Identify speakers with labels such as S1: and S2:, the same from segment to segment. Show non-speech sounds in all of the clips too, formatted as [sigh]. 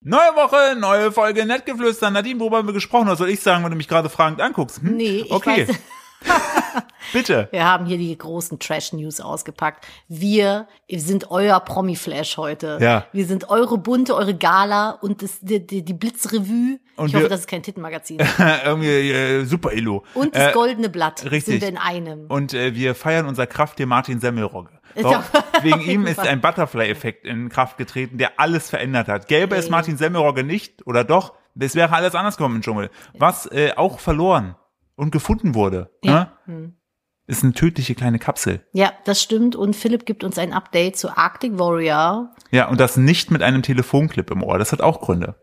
S1: Neue Woche, neue Folge, nett geflüstert. Nadine, worüber haben wir gesprochen? Was soll ich sagen, wenn du mich gerade fragend anguckst? Hm?
S2: Nee, ich
S1: Okay,
S2: weiß. [laughs]
S1: [laughs] bitte.
S2: Wir haben hier die großen Trash-News ausgepackt. Wir sind euer Promi-Flash heute.
S1: Ja.
S2: Wir sind eure Bunte, eure Gala und das, die, die, die Blitzrevue.
S1: Und
S2: ich hoffe,
S1: wir-
S2: das ist kein Tittenmagazin.
S1: [laughs] Irgendwie äh, super Illo.
S2: Und
S1: [laughs]
S2: das goldene Blatt
S1: Äh, richtig.
S2: sind wir in einem.
S1: Und äh, wir feiern unser Krafttier Martin Semmelrogge.
S2: Ist
S1: Warum? [laughs]
S2: doch-
S1: Wegen
S2: auf
S1: ihm
S2: [laughs] jeden
S1: ist
S2: Fall.
S1: ein Butterfly-Effekt in Kraft getreten, der alles verändert hat. Gäbe es
S2: Nee.
S1: Martin Semmelrogge nicht oder doch, es wäre alles anders gekommen im Dschungel. Was äh, auch verloren und gefunden wurde, ne?
S2: Hm.
S1: ist eine tödliche kleine Kapsel.
S2: Ja, das stimmt. Und Philipp gibt uns ein Update zu Arctic Warrior.
S1: Ja, und das nicht mit einem Telefonclip im Ohr. Das hat auch Gründe.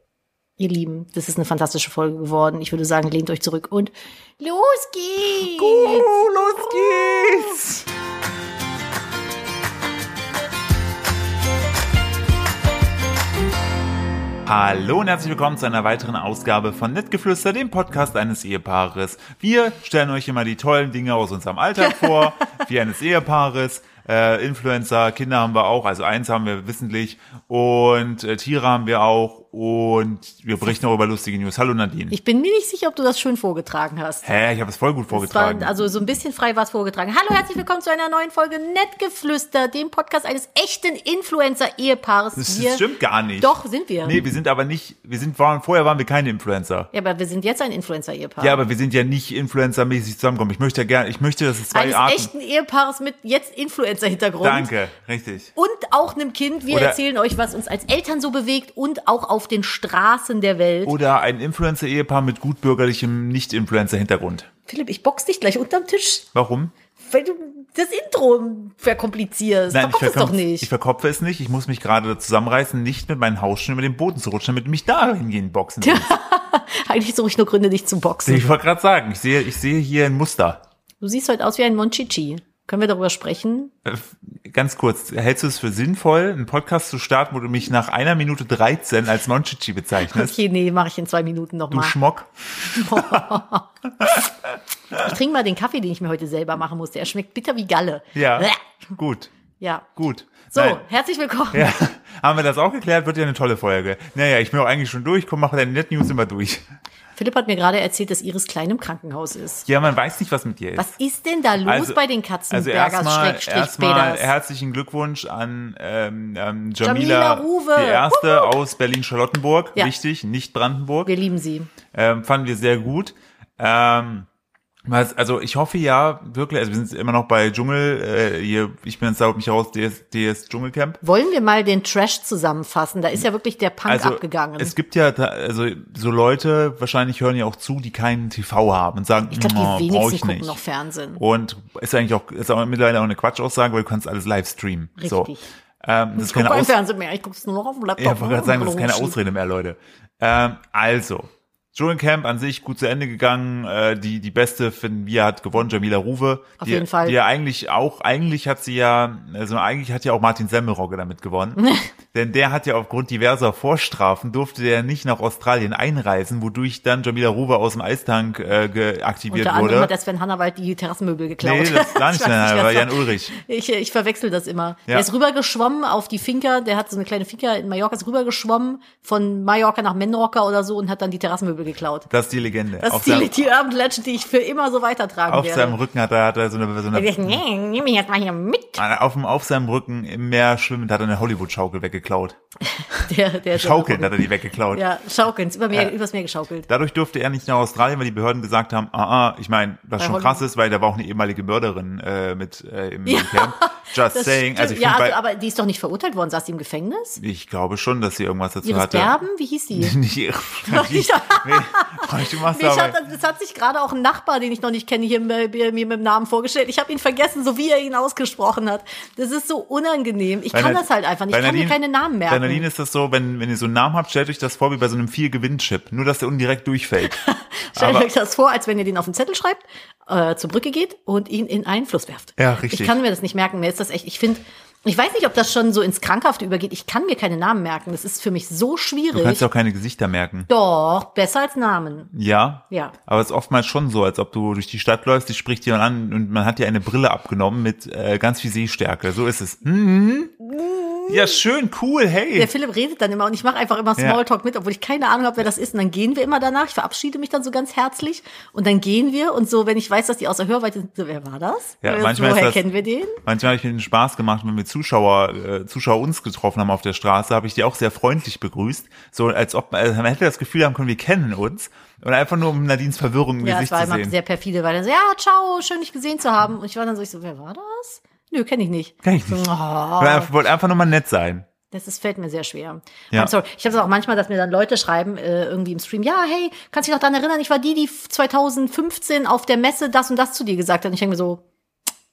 S2: Ihr Lieben, das ist eine fantastische Folge geworden. Ich würde sagen, lehnt euch zurück und los geht's!
S1: los geht's! Hallo und herzlich willkommen zu einer weiteren Ausgabe von Nettgeflüster, dem Podcast eines Ehepaares. Wir stellen euch immer die tollen Dinge aus unserem
S2: [laughs]
S1: Alltag vor, wie eines Ehepaares. Äh, Influencer, Kinder haben wir auch, also eins haben wir wissentlich und äh, Tiere haben wir auch und wir berichten auch über lustige News. Hallo Nadine.
S2: Ich bin mir nicht sicher, ob du das schön vorgetragen hast.
S1: Hä, ich habe es voll gut
S2: Es war,
S1: vorgetragen.
S2: also so ein bisschen frei war es vorgetragen. Hallo, herzlich willkommen zu einer neuen Folge Nettgeflüster, dem Podcast eines echten Influencer-Ehepaares.
S1: Das
S2: Wir-
S1: stimmt gar nicht.
S2: Doch, sind wir.
S1: Nee, wir sind aber nicht, wir sind, waren, vorher waren wir keine Influencer.
S2: Ja, aber wir sind jetzt ein Influencer-Ehepaar.
S1: Ja, aber wir sind ja nicht influencermäßig zusammengekommen. Ich möchte ja gerne, ich möchte, dass es zwei
S2: eines
S1: Arten.
S2: echten Ehepaares mit jetzt Influencer-Hintergrund.
S1: Danke, richtig.
S2: Und auch einem Kind. Wir
S1: Oder-
S2: erzählen euch, was uns als Eltern so bewegt und auch auf den Straßen der Welt.
S1: Oder ein Influencer-Ehepaar mit gutbürgerlichem Nicht-Influencer-Hintergrund.
S2: Philipp, ich box dich gleich unterm Tisch,
S1: Warum?
S2: weil du das Intro verkomplizierst. Verkopf es doch
S1: verkopf-
S2: nicht.
S1: ich verkopfe es nicht. Ich muss mich gerade zusammenreißen, nicht mit meinen Hausschuhen über den Boden zu rutschen, damit mich da hingehen boxen. will.
S2: Eigentlich suche ich nur Gründe, dich zu boxen.
S1: Ich wollte gerade sagen, ich sehe, ich sehe hier ein Muster.
S2: Du siehst heute aus wie ein Monchichi. Können wir darüber sprechen?
S1: Äh, Ganz kurz, hältst du es für sinnvoll, einen Podcast zu starten, wo du mich nach einer Minute 13 als Monchichi bezeichnest?
S2: Okay, nee, mache ich in zwei Minuten
S1: Du
S2: nochmal.
S1: Schmock.
S2: Ich trinke mal den Kaffee, den ich mir heute selber machen musste. Er schmeckt bitter wie Galle.
S1: Ja.
S2: Bäh.
S1: Gut,
S2: Ja.
S1: gut.
S2: So,
S1: Nein.
S2: herzlich willkommen.
S1: Ja, [laughs] haben wir das auch geklärt? Wird ja eine tolle Folge. Naja, ich bin auch eigentlich schon durch. Komm, mach deine netten News immer durch.
S2: Philipp hat mir gerade erzählt, dass Iris klein im Krankenhaus ist.
S1: Ja, man weiß nicht, was mit dir ist.
S2: Was ist denn da los bei den
S1: Also
S2: Katzenbergers
S1: erstmal,
S2: Schrägstrich
S1: erstmal
S2: Peders?
S1: herzlichen Glückwunsch an ähm, ähm,
S2: Jamila
S1: Jamila,
S2: Ruwe.
S1: die erste aus Berlin-Charlottenburg.
S2: Ja.
S1: Wichtig, nicht Brandenburg.
S2: Wir lieben sie.
S1: ähm, fanden wir sehr gut. Ähm, was, also ich hoffe ja wirklich, also wir sind immer noch bei Dschungel, äh, hier, ich bin jetzt da mich raus, DS, DS Dschungelcamp.
S2: Wollen wir mal den Trash zusammenfassen? Da ist ja wirklich der Punk
S1: Also
S2: abgegangen.
S1: es gibt ja, da, also so Leute, wahrscheinlich hören ja auch zu, die keinen TV haben und sagen,
S2: ich glaube,
S1: "Mm,
S2: die
S1: brauch
S2: wenigsten
S1: ich
S2: gucken
S1: nicht.
S2: noch Fernsehen.
S1: Und ist eigentlich auch, ist auch mittlerweile auch eine Quatschaussage, weil du kannst alles live streamen. So.
S2: Richtig.
S1: Ähm, das ist
S2: Ich gucke
S1: keine
S2: kein
S1: Aus
S2: Fernsehen mehr, ich gucke es nur noch auf dem Laptop.
S1: Ja, ich wollte gerade sagen, das ist keine Ausrede mehr, Leute. Ähm, also, Dschungelcamp an sich gut zu Ende gegangen. Äh, die, die beste finden wir hat gewonnen, Jamila Ruwe.
S2: Auf
S1: die,
S2: jeden Fall.
S1: Die ja eigentlich auch, eigentlich hat sie ja, also eigentlich hat ja auch Martin Semmelrogge damit
S2: [laughs]
S1: gewonnen. Denn der hat ja aufgrund diverser Vorstrafen durfte der nicht nach Australien einreisen, wodurch dann Jamila Ruwe aus dem Eistank äh, geaktiviert
S2: Unter anderem
S1: wurde.
S2: hat der Sven Hannawald die Terrassenmöbel geklaut.
S1: Nee, das war nicht
S2: [laughs] Ich weiß
S1: mehr,
S2: wer
S1: war
S2: es
S1: Jan Ulrich.
S2: Ich, ich verwechsel das immer.
S1: Ja.
S2: Der ist rübergeschwommen auf die Finca, der hat so eine kleine Finca in Mallorca, ist rübergeschwommen von Mallorca nach Menorca oder so und hat dann die Terrassenmöbel geklaut.
S1: Das ist die Legende.
S2: Das
S1: auf
S2: ist die,
S1: seinem,
S2: die Urban Legend, die ich für immer so weitertragen
S1: auf seinem
S2: werde.
S1: Rücken hat er, hat er so eine, so eine
S2: Ich, nee, nimm mich jetzt mal hier mit.
S1: Äh, auf, dem, auf seinem Rücken im Meer schwimmend hat er eine Hollywood-Schaukel weggeklaut.
S2: Der, der
S1: Schaukeln hat er die weggeklaut.
S2: Ja, schaukeln, ist über mir, übers Meer geschaukelt.
S1: Dadurch durfte er nicht nach Australien, weil die Behörden gesagt haben, ah, ah ich meine, was schon
S2: Hollywood.
S1: krass ist, weil da war auch eine ehemalige Mörderin äh, mit äh, im Camp. Just
S2: Das
S1: saying.
S2: stimmt.
S1: Also ich,
S2: ja,
S1: find
S2: also,
S1: bei,
S2: aber die ist doch nicht verurteilt worden, saß die im Gefängnis?
S1: ich glaube schon, dass sie irgendwas dazu
S2: Iris
S1: hatte.
S2: Berben? Wie hieß die?
S1: [laughs] Nicht ihre. [laughs]
S2: ich-
S1: nee, du machst
S2: Mich hat,
S1: aber.
S2: das hat sich gerade auch ein Nachbar, den ich noch nicht kenne, hier mir, mir mit dem Namen vorgestellt. Ich habe ihn vergessen, so wie er ihn ausgesprochen hat. Das ist so unangenehm. Ich kann
S1: Nad-
S2: das halt einfach nicht.
S1: bei
S2: Ich kann mir
S1: Nadine-
S2: keine Namen merken.
S1: Bei Nadine ist das so, wenn, wenn ihr so einen Namen habt, stellt euch das vor wie bei so einem Vier-Gewinn-Chip. Nur, dass der undirekt durchfällt.
S2: Stellt
S1: aber-
S2: euch das vor, als wenn ihr den auf den Zettel schreibt, äh, zur Brücke geht und ihn in einen Fluss werft.
S1: Ja, richtig.
S2: Ich kann mir das nicht merken. Mir ist das echt, ich finde, ich weiß nicht, ob das schon so ins Krankhafte übergeht. Ich kann mir keine Namen merken. Das ist für mich
S1: Du
S2: so
S1: kannst
S2: schwierig.
S1: ja auch keine Gesichter merken.
S2: Doch, besser als Namen.
S1: Ja.
S2: Ja.
S1: Aber es ist oftmals schon so, als ob du durch die Stadt läufst, dich spricht jemand an und man hat dir eine Brille abgenommen mit äh, ganz viel Sehstärke. So ist es. Mhm. Ja, schön, cool, hey.
S2: Der Philipp redet dann immer und ich mache einfach immer Smalltalk mit, obwohl ich keine Ahnung habe, wer das ist. Und dann gehen wir immer danach. Ich verabschiede mich dann so ganz herzlich und dann gehen wir. Und so, wenn ich weiß, dass die außer Hörweite sind, so, wer war das?
S1: Ja,
S2: Wer-
S1: manchmal ist
S2: Woher
S1: das-
S2: kennen wir den?
S1: Manchmal habe ich mir den Spaß gemacht, wenn wir Zuschauer, äh, Zuschauer uns getroffen haben auf der Straße, habe ich die auch sehr freundlich begrüßt. So als ob also man hätte das Gefühl haben können, wir kennen uns. Und einfach nur um Nadines Verwirrung im
S2: Ja, es
S1: Gesicht
S2: war
S1: zu
S2: immer
S1: sehen.
S2: sehr perfide, weil dann so, ja, ciao, schön dich gesehen zu haben. Und ich war dann so, ich so, wer war das? Nö, kenne ich nicht.
S1: Kenn ich nicht. Ich
S2: So, oh,
S1: wollte- wollte einfach nur mal nett sein.
S2: das ist, fällt mir sehr schwer.
S1: Ja.
S2: I'm sorry. Ich habe es auch manchmal, dass mir dann Leute schreiben, äh, irgendwie im Stream, ja, hey, kannst dich noch daran erinnern, ich war die, die 2015 auf der Messe das und das zu dir gesagt hat. Und ich denke mir so,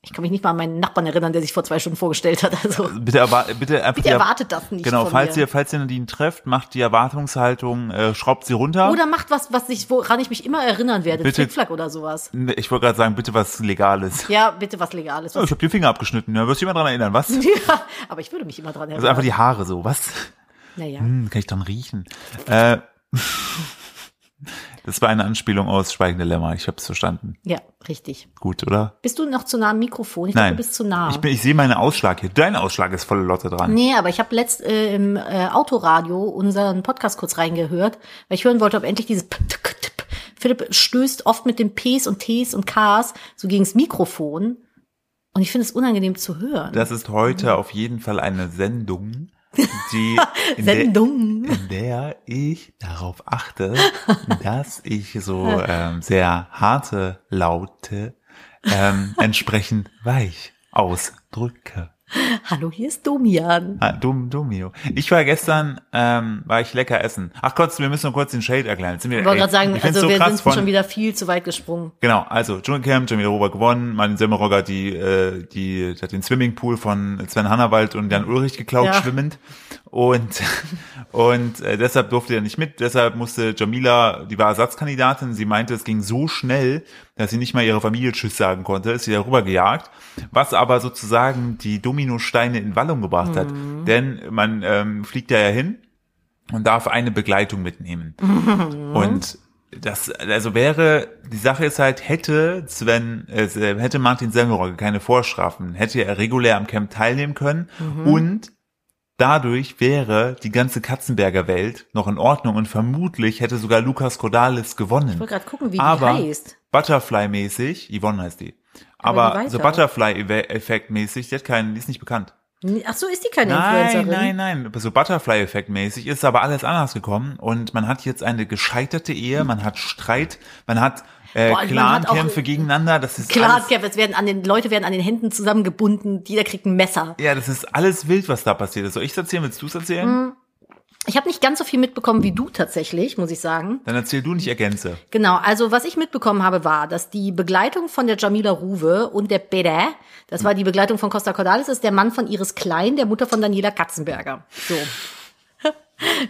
S2: ich kann mich nicht mal an meinen Nachbarn erinnern, der sich vor zwei Stunden vorgestellt hat. [laughs] Also,
S1: Bitte, erwa bitte, einfach
S2: bitte
S1: die-
S2: erwartet das nicht
S1: Genau,
S2: von
S1: falls
S2: mir.
S1: ihr, falls ihr Nadine trefft, macht die Erwartungshaltung, äh, schraubt sie runter.
S2: Oder macht was, was ich, woran ich mich immer erinnern werde.
S1: Bitte.
S2: Flickflack oder sowas.
S1: ich wollte gerade sagen, bitte was Legales. [laughs]
S2: Ja, bitte was Legales.
S1: Oh,
S2: Was,
S1: ich habe den Finger abgeschnitten, da wirst du immer dran erinnern, was?
S2: [laughs] ja, aber ich würde mich immer dran
S1: Also
S2: erinnern.
S1: einfach die Haare so, was?
S2: naja.
S1: Hm, kann ich dran riechen. Äh, [laughs] das war eine Anspielung aus Schweigende Lämmer, ich habe es verstanden.
S2: Ja, richtig.
S1: Gut, oder?
S2: Bist du noch zu nah am Mikrofon? Ich
S1: Nein.
S2: glaube, du bist zu nah.
S1: Ich, bin- ich sehe meinen Ausschlag hier. Dein Ausschlag ist volle Lotte dran.
S2: nee, aber ich habe letzt äh, im äh, Autoradio unseren Podcast kurz reingehört, weil ich hören wollte, ob endlich dieses P- T- T- P- Philipp stößt oft mit den Ps und Ts und Ks so gegens Mikrofon. Und ich finde es unangenehm zu hören.
S1: Das ist
S2: Mhm.
S1: heute auf jeden Fall eine Sendung,
S2: [laughs]
S1: die in der-
S2: Sendung.
S1: in der ich darauf achte, dass ich so ähm, sehr harte Laute
S2: [laughs]
S1: ähm, entsprechend weich ausdrücke.
S2: [laughs] Hallo, hier ist Domian.
S1: Ah, dumm, dummio. Ich war gestern, ähm, war ich lecker essen. Ach Gott, wir müssen noch kurz den Shade erklären. Jetzt Sind wir,
S2: Ich wollte
S1: ey,
S2: gerade sagen,
S1: Äh, ich find's
S2: also
S1: so
S2: wir
S1: krass
S2: sind
S1: von,
S2: schon wieder viel zu weit gesprungen.
S1: Genau, also Dschungelcamp, Jamila Rober gewonnen, Martin Semmerogger hat die, äh, die, die hat den Swimmingpool von Sven Hannawald und Jan Ulrich geklaut,
S2: Ja.
S1: schwimmend. Und, [laughs] und äh, deshalb durfte er nicht mit, deshalb musste Jamila, die war Ersatzkandidatin, sie meinte, es ging so schnell, dass sie nicht mal ihrer Familie Tschüss sagen konnte, ist sie darüber gejagt, was aber sozusagen die Dominosteine in Wallung gebracht hat. Denn man ähm, fliegt da ja hin und darf eine Begleitung mitnehmen.
S2: Mhm.
S1: Und das, also wäre, die Sache ist halt, hätte Sven, äh, hätte Martin Semmelrogge keine Vorstrafen, hätte er regulär am Camp teilnehmen können
S2: Mhm.
S1: und dadurch wäre die ganze Katzenberger Welt noch in Ordnung und vermutlich hätte sogar Lukas Kodalis gewonnen.
S2: Ich wollte gerade gucken, wie
S1: Aber
S2: die heißt.
S1: Butterfly-mäßig, Yvonne heißt die,
S2: Aber
S1: aber,
S2: die
S1: so
S2: weiß auch.
S1: Butterfly-Effekt-mäßig, die hat keinen, die ist nicht bekannt.
S2: Ach so, ist die keine
S1: Nein, nein,
S2: Influencerin?
S1: nein. So Butterfly-Effekt-mäßig ist aber alles anders gekommen und man hat jetzt eine gescheiterte Ehe, man hat Streit, man hat äh,
S2: Boah, man hat auch-
S1: Clan-Kämpfe gegeneinander. Das ist
S2: Klar,
S1: alles,
S2: Kev, es werden an den, Leute werden an den Händen zusammengebunden, jeder kriegt ein Messer.
S1: ja, das ist alles wild, was da passiert ist. Soll ich erzählen? Willst du es
S2: Mhm.
S1: erzählen?
S2: Ich habe nicht ganz so viel mitbekommen wie du tatsächlich, muss ich sagen.
S1: Dann erzähl du und ich ergänze.
S2: Genau, also was ich mitbekommen habe, war, dass die Begleitung von der Jamila Ruwe und der Bede, das war die Begleitung von Costa Cordalis, ist der Mann von Iris Klein, der Mutter von Daniela Katzenberger. So. [laughs]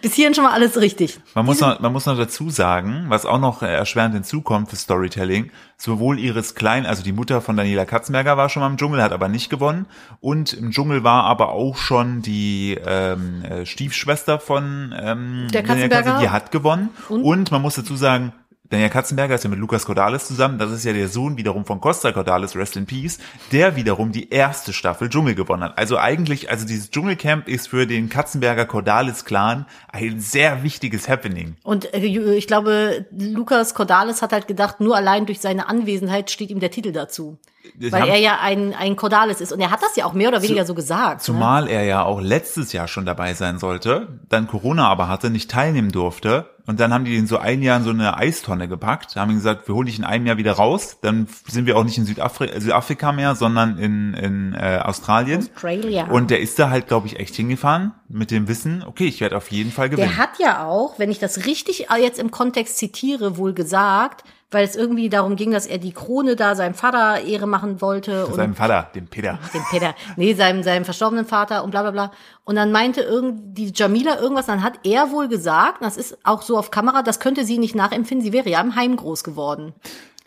S2: Bis hierhin schon mal alles richtig.
S1: Man muss, noch, man muss noch dazu sagen, was auch noch äh, erschwerend hinzukommt für Storytelling, sowohl Iris Klein, also die Mutter von Daniela Katzenberger war schon mal im Dschungel, hat aber nicht gewonnen. Und im Dschungel war aber auch schon die ähm, äh, Stiefschwester von ähm,
S2: Der
S1: Daniela
S2: Katzenberger?
S1: die hat gewonnen. Und?
S2: Und?
S1: man muss dazu sagen, Daniela Katzenberger ist ja mit Lukas Cordalis zusammen, das ist ja der Sohn wiederum von Costa Cordalis, Rest in Peace, der wiederum die erste Staffel Dschungel gewonnen hat. Also eigentlich, also dieses Dschungelcamp ist für den Katzenberger Cordalis Clan ein sehr wichtiges Happening.
S2: Und äh, ich glaube, Lukas Cordalis hat halt gedacht, nur allein durch seine Anwesenheit steht ihm der Titel dazu.
S1: Das
S2: weil
S1: haben-
S2: er ja ein, ein Cordalis ist. Und er hat das ja auch mehr oder weniger so gesagt. ne?
S1: Zumal er ja auch letztes Jahr schon dabei sein sollte, dann Corona aber hatte, nicht teilnehmen durfte. Und dann haben die den so ein Jahr in so eine Eistonne gepackt, haben ihm gesagt, wir holen dich in einem Jahr wieder raus, dann sind wir auch nicht in Südafri äh, Südafrika mehr, sondern in, in äh, Australien.
S2: Australia.
S1: Und der ist da halt, glaube ich, echt hingefahren mit dem Wissen, okay, ich werde auf jeden Fall gewinnen.
S2: Der hat ja auch, wenn ich das richtig äh, jetzt im Kontext zitiere, wohl gesagt, weil es irgendwie darum ging, dass er die Krone da seinem Vater Ehre machen wollte und
S1: Seinem Vater, dem Peter.
S2: dem Peter, nee, seinem, seinem verstorbenen Vater und bla bla bla. Und dann meinte irgend die Jamila irgendwas, dann hat er wohl gesagt, und das ist auch so auf Kamera, das könnte sie nicht nachempfinden, sie wäre ja im Heim groß geworden.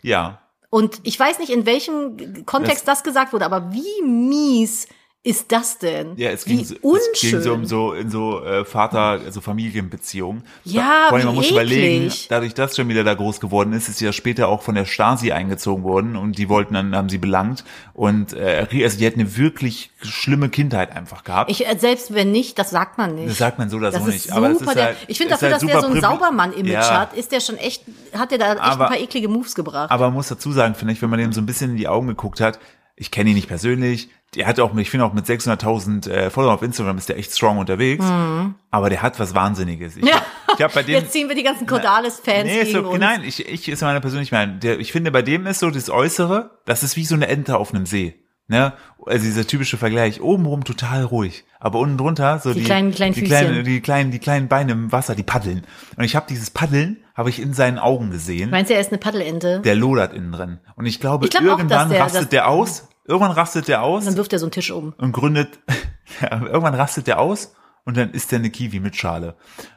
S1: Ja.
S2: Und ich weiß nicht, in welchem Kontext das, gesagt wurde, aber wie mies ist das denn?
S1: Ja, es
S2: Wie
S1: ging, so,
S2: unschön.
S1: es ging so um so in so äh, Vater, also Familienbeziehungen.
S2: Ja,
S1: Vor allem, man
S2: wie
S1: muss überlegen,
S2: eklig.
S1: dadurch, dass Jamila da groß geworden ist, ist sie ja später auch von der Stasi eingezogen worden und die wollten dann, haben sie belangt. Und äh, also die hat eine wirklich schlimme Kindheit einfach gehabt.
S2: Ich, äh, selbst wenn nicht, das sagt man nicht.
S1: das sagt man so oder
S2: das
S1: so
S2: ist
S1: nicht.
S2: super.
S1: aber es ist
S2: der,
S1: halt,
S2: ich finde
S1: ist
S2: dafür,
S1: halt
S2: dass der so
S1: super
S2: ein
S1: privi-
S2: Saubermann-Image
S1: ja,
S2: hat, ist der schon echt, hat der da echt
S1: Aber-
S2: ein paar eklige Moves gebracht.
S1: Aber man muss dazu sagen, finde ich, wenn man dem so ein bisschen in die Augen geguckt hat, ich kenne ihn nicht persönlich, der hat auch, ich finde auch mit 600.000 äh, Followern auf Instagram ist der echt strong unterwegs, aber der hat was Wahnsinniges. Ich,
S2: Mhm. Ja.
S1: ich
S2: [laughs]
S1: habe bei dem...
S2: Jetzt ziehen wir die ganzen Cordales-Fans
S1: Nee, ist
S2: gegen
S1: so,
S2: uns.
S1: nein, ich, ich ist meine persönliche Meinung. Der, ich finde, bei dem ist so das Äußere, das ist wie so eine Ente auf einem See. Ne? Also dieser typische Vergleich, obenrum total ruhig, aber unten drunter so die,
S2: kleinen- kleinen
S1: die,
S2: Füßchen.
S1: kleinen, die kleinen die kleinen Beine im Wasser, die paddeln. Und ich habe dieses Paddeln, habe ich in seinen Augen gesehen
S2: Meinst du, er ist eine Paddelente?
S1: der lodert innen drin. Und ich glaube,
S2: Ich glaub auch, dass
S1: irgendwann
S2: der- dass-
S1: rastet der aus, irgendwann rastet der aus
S2: Dann wirft er so einen Tisch um.
S1: und gründet, [laughs] ja, irgendwann rastet der aus und dann ist der eine Kiwi mit Schale.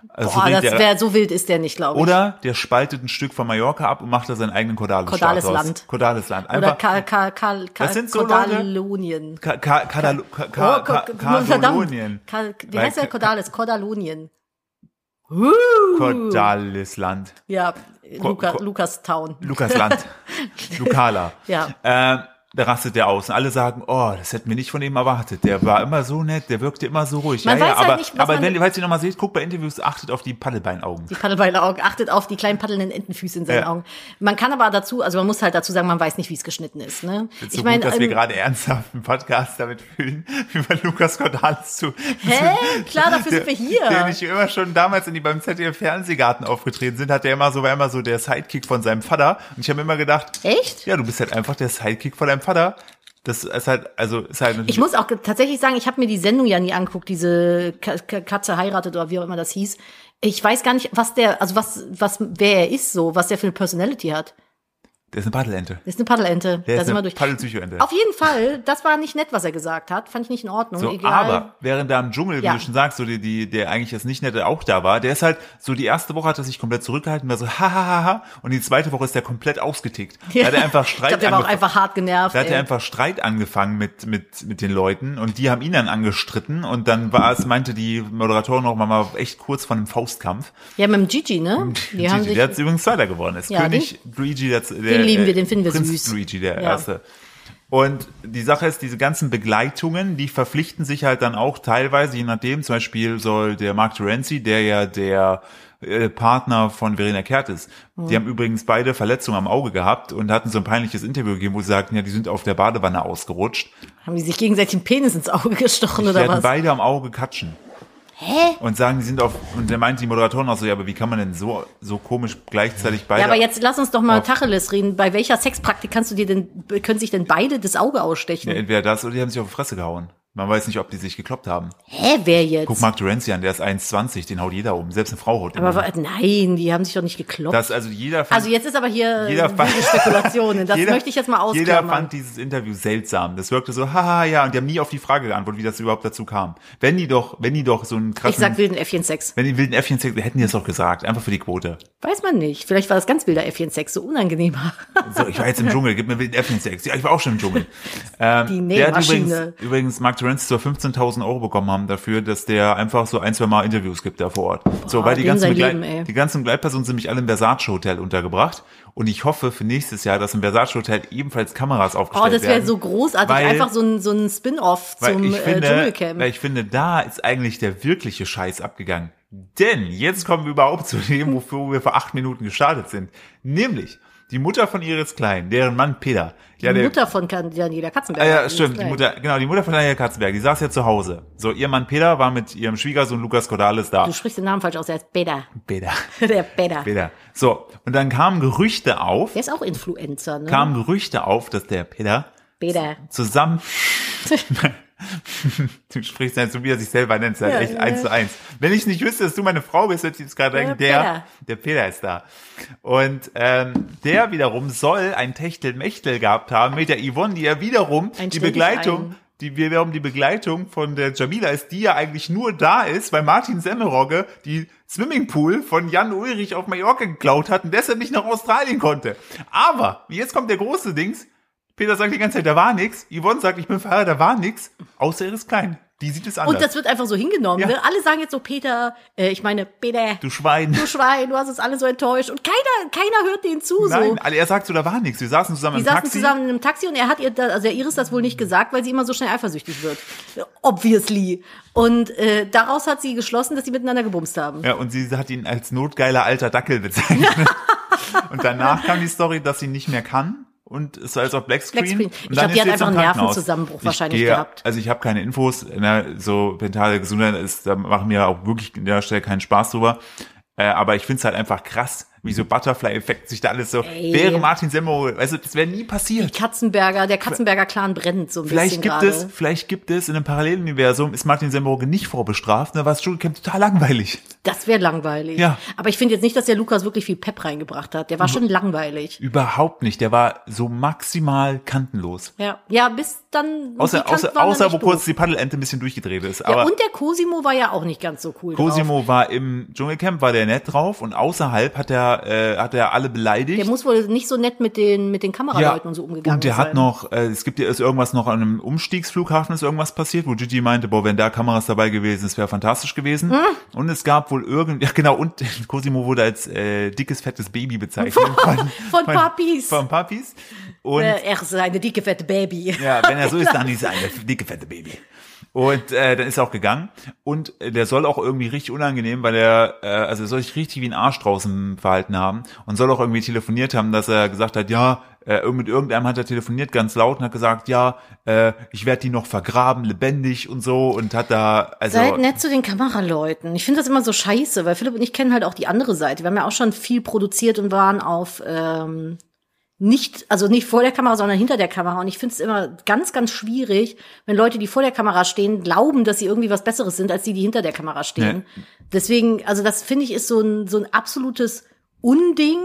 S1: Also
S2: Boah,
S1: denkt
S2: das
S1: der-
S2: wär, so wild ist der nicht, glaube ich.
S1: oder der spaltet ein Stück von Mallorca ab und macht da seinen eigenen Cordales-Status.
S2: Cordales-Land.
S1: Cordales-Land.
S2: Oder
S1: Einfach
S2: Ka Ka Ka Ka
S1: Das sind so
S2: Kordalonien.
S1: Ka- Ka- Kadalo- Ka- Ka-
S2: Oh,
S1: Ka-
S2: Ko-
S1: Kadalonien.
S2: verdammt. Ka wie
S1: Weil-
S2: heißt der Kordales? Kordalonien.
S1: Cordales-Land.
S2: Ja, Luca,
S1: Ko-
S2: Lukas Town.
S1: Lukas
S2: [laughs]
S1: Land. Lukala.
S2: Ja.
S1: Ähm, da rastet der aus und alle sagen, oh, das hätten wir nicht von ihm erwartet. Der war immer so nett, der wirkte immer so ruhig.
S2: Man
S1: ja,
S2: weiß
S1: ja,
S2: halt
S1: aber,
S2: nicht, was
S1: aber
S2: man-
S1: wenn, falls ihr nochmal seht, guckt bei Interviews, achtet auf die Paddelbeinaugen.
S2: Die Paddelbeileraugen. Achtet auf die kleinen paddelnden Entenfüße in seinen
S1: Ja.
S2: Augen. Man kann aber dazu, also man muss halt dazu sagen, man weiß nicht, wie es geschnitten ist. Ne?
S1: Ist so gut, dass wir gerade ernsthaft einen Podcast damit fühlen, [laughs] über Lukas Cordalis zu.
S2: Hä? Klar, dafür sind wir
S1: Den
S2: hier.
S1: ich immer schon damals in die, beim ZDF Fernsehgarten aufgetreten sind, hat er immer so, war immer so der Sidekick von seinem Vater. Und ich habe immer gedacht,
S2: Echt?
S1: ja, du bist halt einfach der Sidekick von deinem Vater. Das ist halt, also ist halt
S2: Ich muss auch ge- tatsächlich sagen, ich habe mir die Sendung ja nie angeguckt, diese Ka- Ka- Katze heiratet oder wie auch immer das hieß. Ich weiß gar nicht, was der, also was, was, wer er ist so, was der für eine Personality hat.
S1: der ist eine Paddelente.
S2: Das ist eine Paddelente.
S1: Der
S2: da
S1: ist
S2: sind wir
S1: eine
S2: durch.
S1: Paddelpsychoente.
S2: Auf jeden Fall, das war nicht nett, was er gesagt hat. Fand ich nicht in Ordnung.
S1: So,
S2: egal.
S1: aber während da im Dschungel, wie
S2: Ja.
S1: du schon sagst, so die, die, der eigentlich das nicht nette auch da war, der ist halt so die erste Woche hat er sich komplett zurückgehalten, war so ha ha ha ha und die zweite Woche ist der komplett ausgetickt. Da hat er einfach
S2: [laughs] ich
S1: Streit
S2: glaube, der war auch
S1: angefangen.
S2: einfach hart genervt.
S1: Da hat
S2: ey.
S1: er einfach Streit angefangen mit, mit, mit den Leuten und die haben ihn dann angestritten und dann war es, meinte die Moderatorin auch mal, mal echt kurz von einem Faustkampf.
S2: ja, mit dem Gigi, ne? Die haben
S1: Gigi,
S2: sich,
S1: der hat übrigens Zweiter geworden ist.
S2: Ja,
S1: König Luigi, der, der
S2: Den lieben wir, den
S1: äh,
S2: finden wir
S1: Prinz
S2: süß.
S1: Luigi, der
S2: Ja.
S1: Erste. Und die Sache ist, diese ganzen Begleitungen, die verpflichten sich halt dann auch teilweise, je nachdem, zum Beispiel soll der Mark Terenzi, der ja der äh, Partner von Verena Kehrt ist,
S2: Mhm.
S1: die haben übrigens beide Verletzungen am Auge gehabt und hatten so ein peinliches Interview gegeben, wo sie sagten, ja, die sind auf der Badewanne ausgerutscht.
S2: haben die sich gegenseitig den Penis ins Auge gestochen
S1: Die
S2: oder
S1: hatten
S2: was?
S1: beide am Auge Katschen. Hä? Und sagen, die sind auf, und dann meinte die Moderatorin auch so, ja, aber wie kann man denn so, so komisch gleichzeitig beide
S2: Ja, aber jetzt lass uns doch mal
S1: Auf-
S2: Tacheles reden. Bei welcher Sexpraktik kannst du dir denn, können sich denn beide das Auge ausstechen?
S1: Ja, entweder das oder die haben sich auf die Fresse gehauen. Man weiß nicht, ob die sich gekloppt haben.
S2: Hä, wer jetzt?
S1: Guck Mark Durenzi an, der ist 1,20, den haut jeder um. Selbst eine Frau haut
S2: aber
S1: um.
S2: wa- nein, die haben sich doch nicht gekloppt.
S1: Das, also jeder fand,
S2: also jetzt ist aber hier
S1: jeder fand-
S2: wilde Spekulationen. Das
S1: jeder,
S2: möchte ich jetzt mal
S1: Jeder
S2: ausklammern.
S1: fand dieses Interview seltsam. Das wirkte so, haha, ja, und die haben nie auf die Frage geantwortet, wie das überhaupt dazu kam. Wenn die doch, wenn die doch so einen
S2: Ich
S1: krassen,
S2: sag wilden Äffchen-Sex.
S1: wenn die wilden Äffchen hätten die das doch gesagt, einfach für die Quote.
S2: Weiß man nicht. Vielleicht war das ganz wilder Äffchen-Sex so unangenehmer.
S1: So, ich war jetzt
S2: [laughs]
S1: im Dschungel, gib mir wilden Äffchen-Sex. Ja, ich war auch schon im Dschungel. Ähm,
S2: Die
S1: der hat
S2: Nähmaschine.
S1: übrigens, übrigens Mark Terence so 15.000 Euro bekommen haben dafür, dass der einfach so ein, zwei Mal Interviews gibt da vor Ort. so, weil die
S2: dem
S1: ganzen,
S2: sein
S1: Begleit
S2: Leben, ey.
S1: die ganzen Begleitpersonen sind nämlich alle im Versace Hotel untergebracht. Und ich hoffe für nächstes Jahr, dass im Versace Hotel ebenfalls Kameras aufgestellt
S2: Oh,
S1: werden.
S2: das wäre so großartig.
S1: Weil-
S2: Einfach so ein, so ein Spin-off
S1: Weil
S2: zum
S1: ich finde,
S2: äh, Dschungelcamp.
S1: Weil ich finde, da ist eigentlich der wirkliche Scheiß abgegangen. Denn jetzt kommen wir überhaupt zu dem, wofür wir vor acht Minuten gestartet sind. Nämlich die Mutter von Iris Klein, deren Mann Peter. Ja,
S2: die
S1: der,
S2: Mutter von Kan- Daniela Katzenberg.
S1: Ah, ja,
S2: ist
S1: stimmt. Die
S2: klein.
S1: Mutter, genau, die Mutter von Daniel Katzenberg, die saß ja zu Hause. So, ihr Mann Peter war mit ihrem Schwiegersohn Lukas Cordalis da.
S2: Du sprichst den Namen falsch aus. Er ist Beda.
S1: Peter.
S2: [laughs] Der Beda.
S1: [laughs] Peter. So, und dann kamen Gerüchte auf,
S2: Der ist auch Influencer, ne?
S1: kamen Gerüchte auf, dass der Peter
S2: Beda. [laughs]
S1: zusammen. du sprichst ja so, wie er sich selber nennt, ist halt
S2: Ja,
S1: echt
S2: ja.
S1: eins zu eins. Wenn ich nicht wüsste, dass du meine Frau bist, würde ich jetzt gerade denken, der,
S2: Peter.
S1: der Peter ist da. Und ähm, der wiederum soll ein Techtelmechtel gehabt haben mit der Yvonne, die ja wiederum
S2: Ein
S1: die
S2: ständig
S1: Begleitung.
S2: ein.
S1: Die wiederum die Begleitung von der Jamila ist, die ja eigentlich nur da ist, weil Martin Semmelrogge die Swimmingpool von Jan Ulrich auf Mallorca geklaut hat und deshalb nicht nach Australien konnte. Aber, jetzt kommt der große Dings, Peter sagt die ganze Zeit, da war nix. Yvonne sagt, ich bin Fahrer, da war nix. Außer er ist klein. Die sieht es anders.
S2: Und das wird einfach so hingenommen.
S1: Ja.
S2: Ne? Alle sagen jetzt so, Peter, äh, ich meine, Peter,
S1: du Schwein.
S2: du Schwein, du hast uns alle so enttäuscht. Und keiner, keiner hört denen zu. so.
S1: Nein, alle- er sagt so, da war nix. Wir saßen zusammen
S2: Die
S1: im
S2: saßen
S1: Taxi.
S2: zusammen in einem Taxi und er hat ihr, da, also der Iris das wohl nicht gesagt, weil sie immer so schnell eifersüchtig wird. Obviously. Und äh, daraus hat sie geschlossen, dass sie miteinander gebumst haben.
S1: Ja, und sie hat ihn als notgeiler alter Dackel
S2: [laughs]
S1: bezeichnet. und danach kam die Story, dass sie nicht mehr kann. Und es war als auf Blackscreen.
S2: Blackscreen.
S1: Und
S2: Ich
S1: dann
S2: glaub, die
S1: ist
S2: hat
S1: sie jetzt
S2: einfach
S1: im
S2: einen
S1: Krankenhaus.
S2: Nervenzusammenbruch
S1: Ich
S2: wahrscheinlich
S1: gehe-
S2: gehabt.
S1: Also ich habe keine Infos. Na, so mentale Gesundheit ist, da machen wir auch wirklich an der Stelle keinen Spaß drüber. Äh, aber ich find's halt einfach krass, wie so Butterfly-Effekt sich da alles so.
S2: Ey.
S1: Wäre Martin Semmelrogel, weißt du, das wäre nie passiert.
S2: Katzenberger, der Katzenberger Clan brennt so ein
S1: Vielleicht
S2: bisschen
S1: gibt
S2: gerade.
S1: es, vielleicht gibt es in einem Paralleluniversum ist Martin Semmelrogel nicht vorbestraft. ne, Da war es Camp total langweilig.
S2: Das wäre langweilig.
S1: Ja. Mhm.
S2: Aber ich finde jetzt nicht, dass der Lukas wirklich viel Pep reingebracht hat. Der war schon langweilig.
S1: Überhaupt nicht. Der war so maximal kantenlos.
S2: Ja, ja bis dann. die
S1: Außer,
S2: Kant
S1: außer,
S2: waren dann
S1: außer wo
S2: nicht
S1: kurz
S2: doof.
S1: die Paddelente ein bisschen durchgedreht ist.
S2: Ja,
S1: Aber
S2: und der Cosimo war ja auch nicht ganz so cool. Drauf.
S1: Cosimo war im Dschungelcamp, war der nett drauf und außerhalb hat er, äh, hat er alle beleidigt.
S2: Der muss wohl nicht so nett mit den, mit den Kameraleuten und so umgegangen
S1: und der
S2: sein.
S1: hat noch, äh, es gibt ja ist irgendwas noch an einem Umstiegsflughafen ist irgendwas passiert, wo Gigi meinte, boah, wenn da Kameras dabei gewesen, es wäre fantastisch gewesen.
S2: Hm.
S1: Und es gab wohl irgend, ja genau, und [laughs] Cosimo wurde als äh, dickes fettes Baby bezeichnet von,
S2: [laughs] von Papis.
S1: Von Papis. Und
S2: Äh, Er ist eine dicke, fette Baby.
S1: Ja, wenn er so ist, dann ist er eine dicke, fette Baby. Und äh, dann ist er auch gegangen. Und äh, der soll auch irgendwie richtig unangenehm, weil er, äh, also er soll sich richtig wie ein Arsch draußen verhalten haben und soll auch irgendwie telefoniert haben, dass er gesagt hat, ja, äh, mit irgendeinem hat er telefoniert ganz laut und hat gesagt, ja, äh, ich werde die noch vergraben, lebendig und so und hat da, also
S2: Seid nett zu den Kameraleuten. Ich finde das immer so scheiße, weil Philipp und ich kennen halt auch die andere Seite. Wir haben ja auch schon viel produziert und waren auf ähm, nicht, also nicht vor der Kamera, sondern hinter der Kamera. Und ich finde es immer ganz, ganz schwierig, wenn Leute, die vor der Kamera stehen, glauben, dass sie irgendwie was Besseres sind, als die, die hinter der Kamera stehen. Deswegen, also das finde ich, ist so ein, so ein absolutes Unding.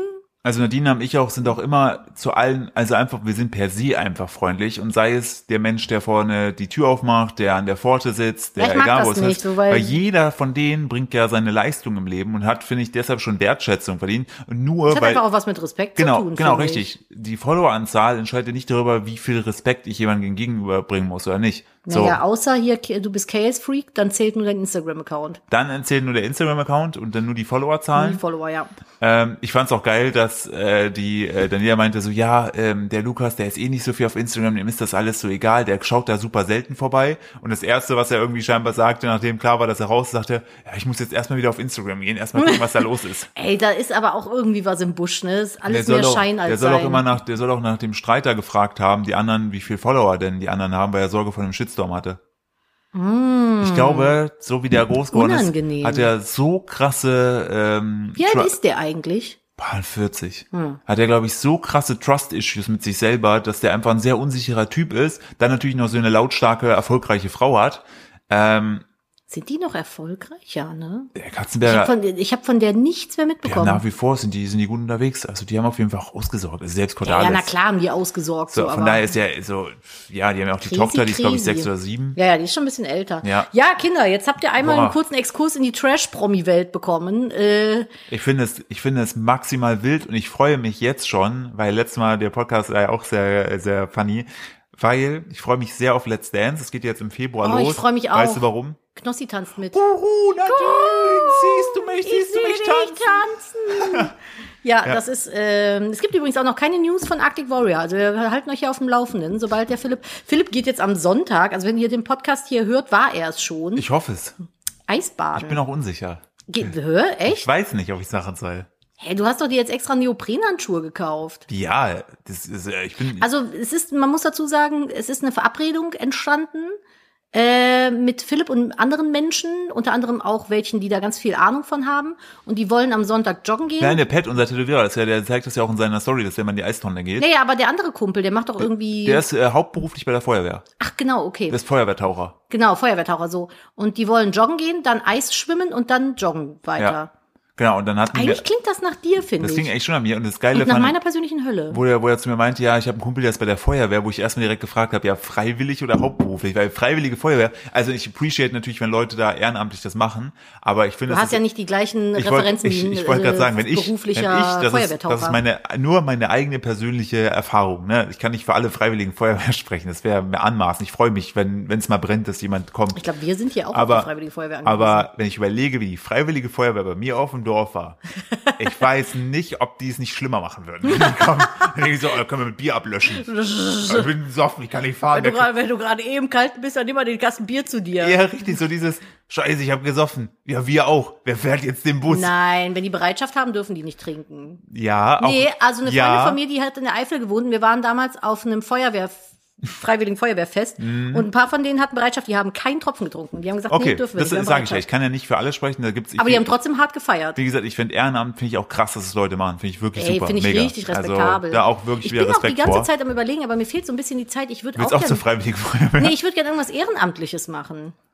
S1: Also Nadine und ich auch sind auch immer zu allen, also einfach, wir sind per se einfach freundlich und sei es der Mensch, der vorne die Tür aufmacht, der an der Pforte sitzt, der
S2: Ich mag
S1: egal
S2: das
S1: wo es
S2: nicht,
S1: ist,
S2: so, weil-
S1: jeder von denen bringt ja seine Leistung im Leben und hat, finde ich, deshalb schon Wertschätzung verdient. Und nur
S2: Das hat
S1: weil
S2: einfach auch was mit Respekt
S1: genau,
S2: zu tun.
S1: genau,
S2: finde ich.
S1: richtig. Die Followeranzahl entscheidet nicht darüber, wie viel Respekt ich jemandem gegenüberbringen muss oder nicht. So,
S2: Naja, außer hier, du bist Chaos Freak, dann zählt nur dein Instagram-Account.
S1: dann erzählt nur der Instagram-Account und dann nur die
S2: Die
S1: Followerzahlen.
S2: Follower, ja.
S1: Ähm, ich fand's auch geil, dass äh, die äh, Daniela meinte so, ja, ähm, der Lukas, der ist eh nicht so viel auf Instagram, dem ist das alles so egal, der schaut da super selten vorbei. Und das Erste, was er irgendwie scheinbar sagte, nachdem klar war, dass er raus ist, sagte, ja, ich muss jetzt erstmal wieder auf Instagram gehen, erstmal gucken, was da los
S2: [laughs]
S1: ist.
S2: Ey, da ist aber auch irgendwie was im Busch, ne? Ist alles mehr
S1: auch,
S2: Schein als
S1: der soll
S2: sein.
S1: auch immer nach, der soll auch nach dem Streiter gefragt haben, die anderen, wie viel Follower denn die anderen haben, weil er Sorge vor einem Shitstorm hatte. Ich glaube, so wie der groß geworden
S2: Hm. Unangenehm.
S1: ist, hat er so krasse ähm,
S2: Wie alt
S1: Tra-
S2: ist der eigentlich?
S1: Paar 40. Hat er, glaube ich, so krasse Trust-Issues mit sich selber, dass der einfach ein sehr unsicherer Typ ist, dann natürlich noch so eine lautstarke, erfolgreiche Frau hat. Ähm,
S2: Sind die noch erfolgreich? Ja, ne?
S1: der
S2: Ich habe
S1: Katzenberger,
S2: von, ich hab von der nichts mehr
S1: ja,
S2: mitbekommen.
S1: nach wie vor sind die, sind die gut unterwegs. Also die haben auf jeden Fall auch ausgesorgt. Also selbst
S2: Ja,
S1: Cordalis.
S2: na klar haben die ausgesorgt. So,
S1: So,
S2: aber
S1: von daher ist ja so, ja, die haben ja auch die
S2: Crazy,
S1: Tochter, die ist, glaube ich,
S2: crazy.
S1: sechs oder sieben.
S2: ja, ja, die ist schon ein bisschen älter.
S1: Ja.
S2: Kinder, jetzt habt ihr einmal
S1: Boah.
S2: einen kurzen Exkurs in die Trash-Promi-Welt bekommen. Äh,
S1: Ich finde es, ich finde es maximal wild und ich freue mich jetzt schon, weil letztes Mal der Podcast war ja auch sehr, sehr funny, weil ich freue mich sehr auf Let's Dance. Es geht jetzt im Februar
S2: Oh, ich
S1: los.
S2: freue mich auch.
S1: Weißt du warum?
S2: Knossi tanzt mit.
S1: Uhu, natürlich, siehst du mich,
S2: Ich sehe dich tanzen. ja, das ist. Ähm, es gibt übrigens auch noch keine News von Arctic Warrior. Also wir halten euch hier auf dem Laufenden. Sobald der Philipp. Philipp geht jetzt am Sonntag. Also wenn ihr den Podcast hier hört, war er es schon.
S1: Ich hoffe es. Ich bin
S2: Eisbaden.
S1: auch unsicher.
S2: Ge hä?
S1: Ich
S2: Echt?
S1: weiß nicht, ob ich Sachen soll.
S2: Hey, du hast doch dir jetzt extra Neoprenhandschuhe gekauft.
S1: Ja, das ist, äh, ich bin,
S2: Also es ist, man muss dazu sagen, es ist eine Verabredung entstanden äh, mit Philipp und anderen Menschen, unter anderem auch welchen, die da ganz viel Ahnung von haben und die wollen am Sonntag joggen gehen.
S1: nein, der Pat, unser Tätowierer, das ist ja, der zeigt das ja auch in seiner Story, dass der mal in die Eistonne geht.
S2: Naja, aber der andere Kumpel, der macht doch irgendwie.
S1: Der ist äh, hauptberuflich bei der Feuerwehr.
S2: ach genau, okay.
S1: Der ist Feuerwehrtaucher.
S2: genau, Feuerwehrtaucher so. Und die wollen joggen gehen, dann Eis schwimmen und dann joggen weiter.
S1: Ja. Genau, und dann hatten wir,
S2: Eigentlich klingt das nach dir, finde
S1: das
S2: ich.
S1: ging echt schon an mir. Und das Geile
S2: und nach
S1: fand ich-
S2: meiner persönlichen Hölle.
S1: wo er, wo er zu mir meinte, ja, ich habe einen Kumpel, der ist bei der Feuerwehr, wo ich erstmal direkt gefragt habe, ja, freiwillig oder hauptberuflich, weil freiwillige Feuerwehr, also ich appreciate natürlich, wenn Leute da ehrenamtlich das machen, aber ich finde,
S2: Du
S1: das
S2: hast
S1: ist-
S2: ja nicht die gleichen
S1: ich wollte
S2: Referenzen
S1: ich,
S2: wie ein
S1: ich wollte gerade
S2: äh,
S1: sagen, wenn ich, wenn ich
S2: beruflicher
S1: das, ist,
S2: Feuerwehrtaucher.
S1: das ist meine, nur meine eigene persönliche Erfahrung. Ne? Ich kann nicht für alle freiwilligen Feuerwehr [laughs] sprechen, das wäre mir anmaßen. Ich freue mich, wenn wenn es mal brennt, dass jemand kommt.
S2: ich glaube, wir sind hier auch auf
S1: aber,
S2: die Freiwillige Feuerwehr angewiesen.
S1: aber wenn ich überlege, wie die Freiwillige Feuerwehr bei mir auf dem Dorf
S2: [laughs]
S1: war, ich weiß nicht, ob die es nicht schlimmer machen würden. Wenn die
S2: [laughs]
S1: kommen, dann denke ich so, oh, können wir mit Bier ablöschen. ich bin besoffen, ich kann nicht fahren.
S2: Wenn du
S1: Der-
S2: gerade- wenn du gerade eben kalt bist, dann nimm mal den Kasten Bier zu dir.
S1: ja, richtig, so dieses, scheiße, ich habe gesoffen. Ja, wir auch. Wer fährt jetzt den Bus?
S2: Nein, wenn die Bereitschaft haben, dürfen die nicht trinken.
S1: Ja, auch.
S2: Nee, also eine
S1: ja,
S2: Freundin von mir, die hat in der Eifel gewohnt. und Wir waren damals auf einem Feuerwehr,
S1: [laughs]
S2: Freiwilligen Feuerwehrfest. und ein paar von denen hatten Bereitschaft, die haben keinen Tropfen getrunken. Die haben gesagt,
S1: Mhm. Okay,
S2: nee, dürfen wir
S1: das
S2: nicht. wir haben
S1: sage ich ja. Ich
S2: Bereitschaft.
S1: kann ja nicht für alle sprechen. Da gibt's, ich,
S2: Aber die haben trotzdem hart gefeiert.
S1: wie gesagt, ich finde Ehrenamt finde ich auch krass, dass es Leute machen. Finde ich wirklich
S2: Ey,
S1: super,
S2: finde ich
S1: mega.
S2: richtig respektabel.
S1: Also, da auch wirklich
S2: ich
S1: wieder
S2: bin auch die
S1: Respekt
S2: ganze
S1: vor.
S2: Zeit am überlegen, aber mir fehlt so ein bisschen die Zeit. Ich würde auch,
S1: Willst auch
S2: gerne.
S1: zur Freiwilligen Feuerwehr?
S2: nee, ich würde gerne irgendwas Ehrenamtliches machen.
S1: [laughs]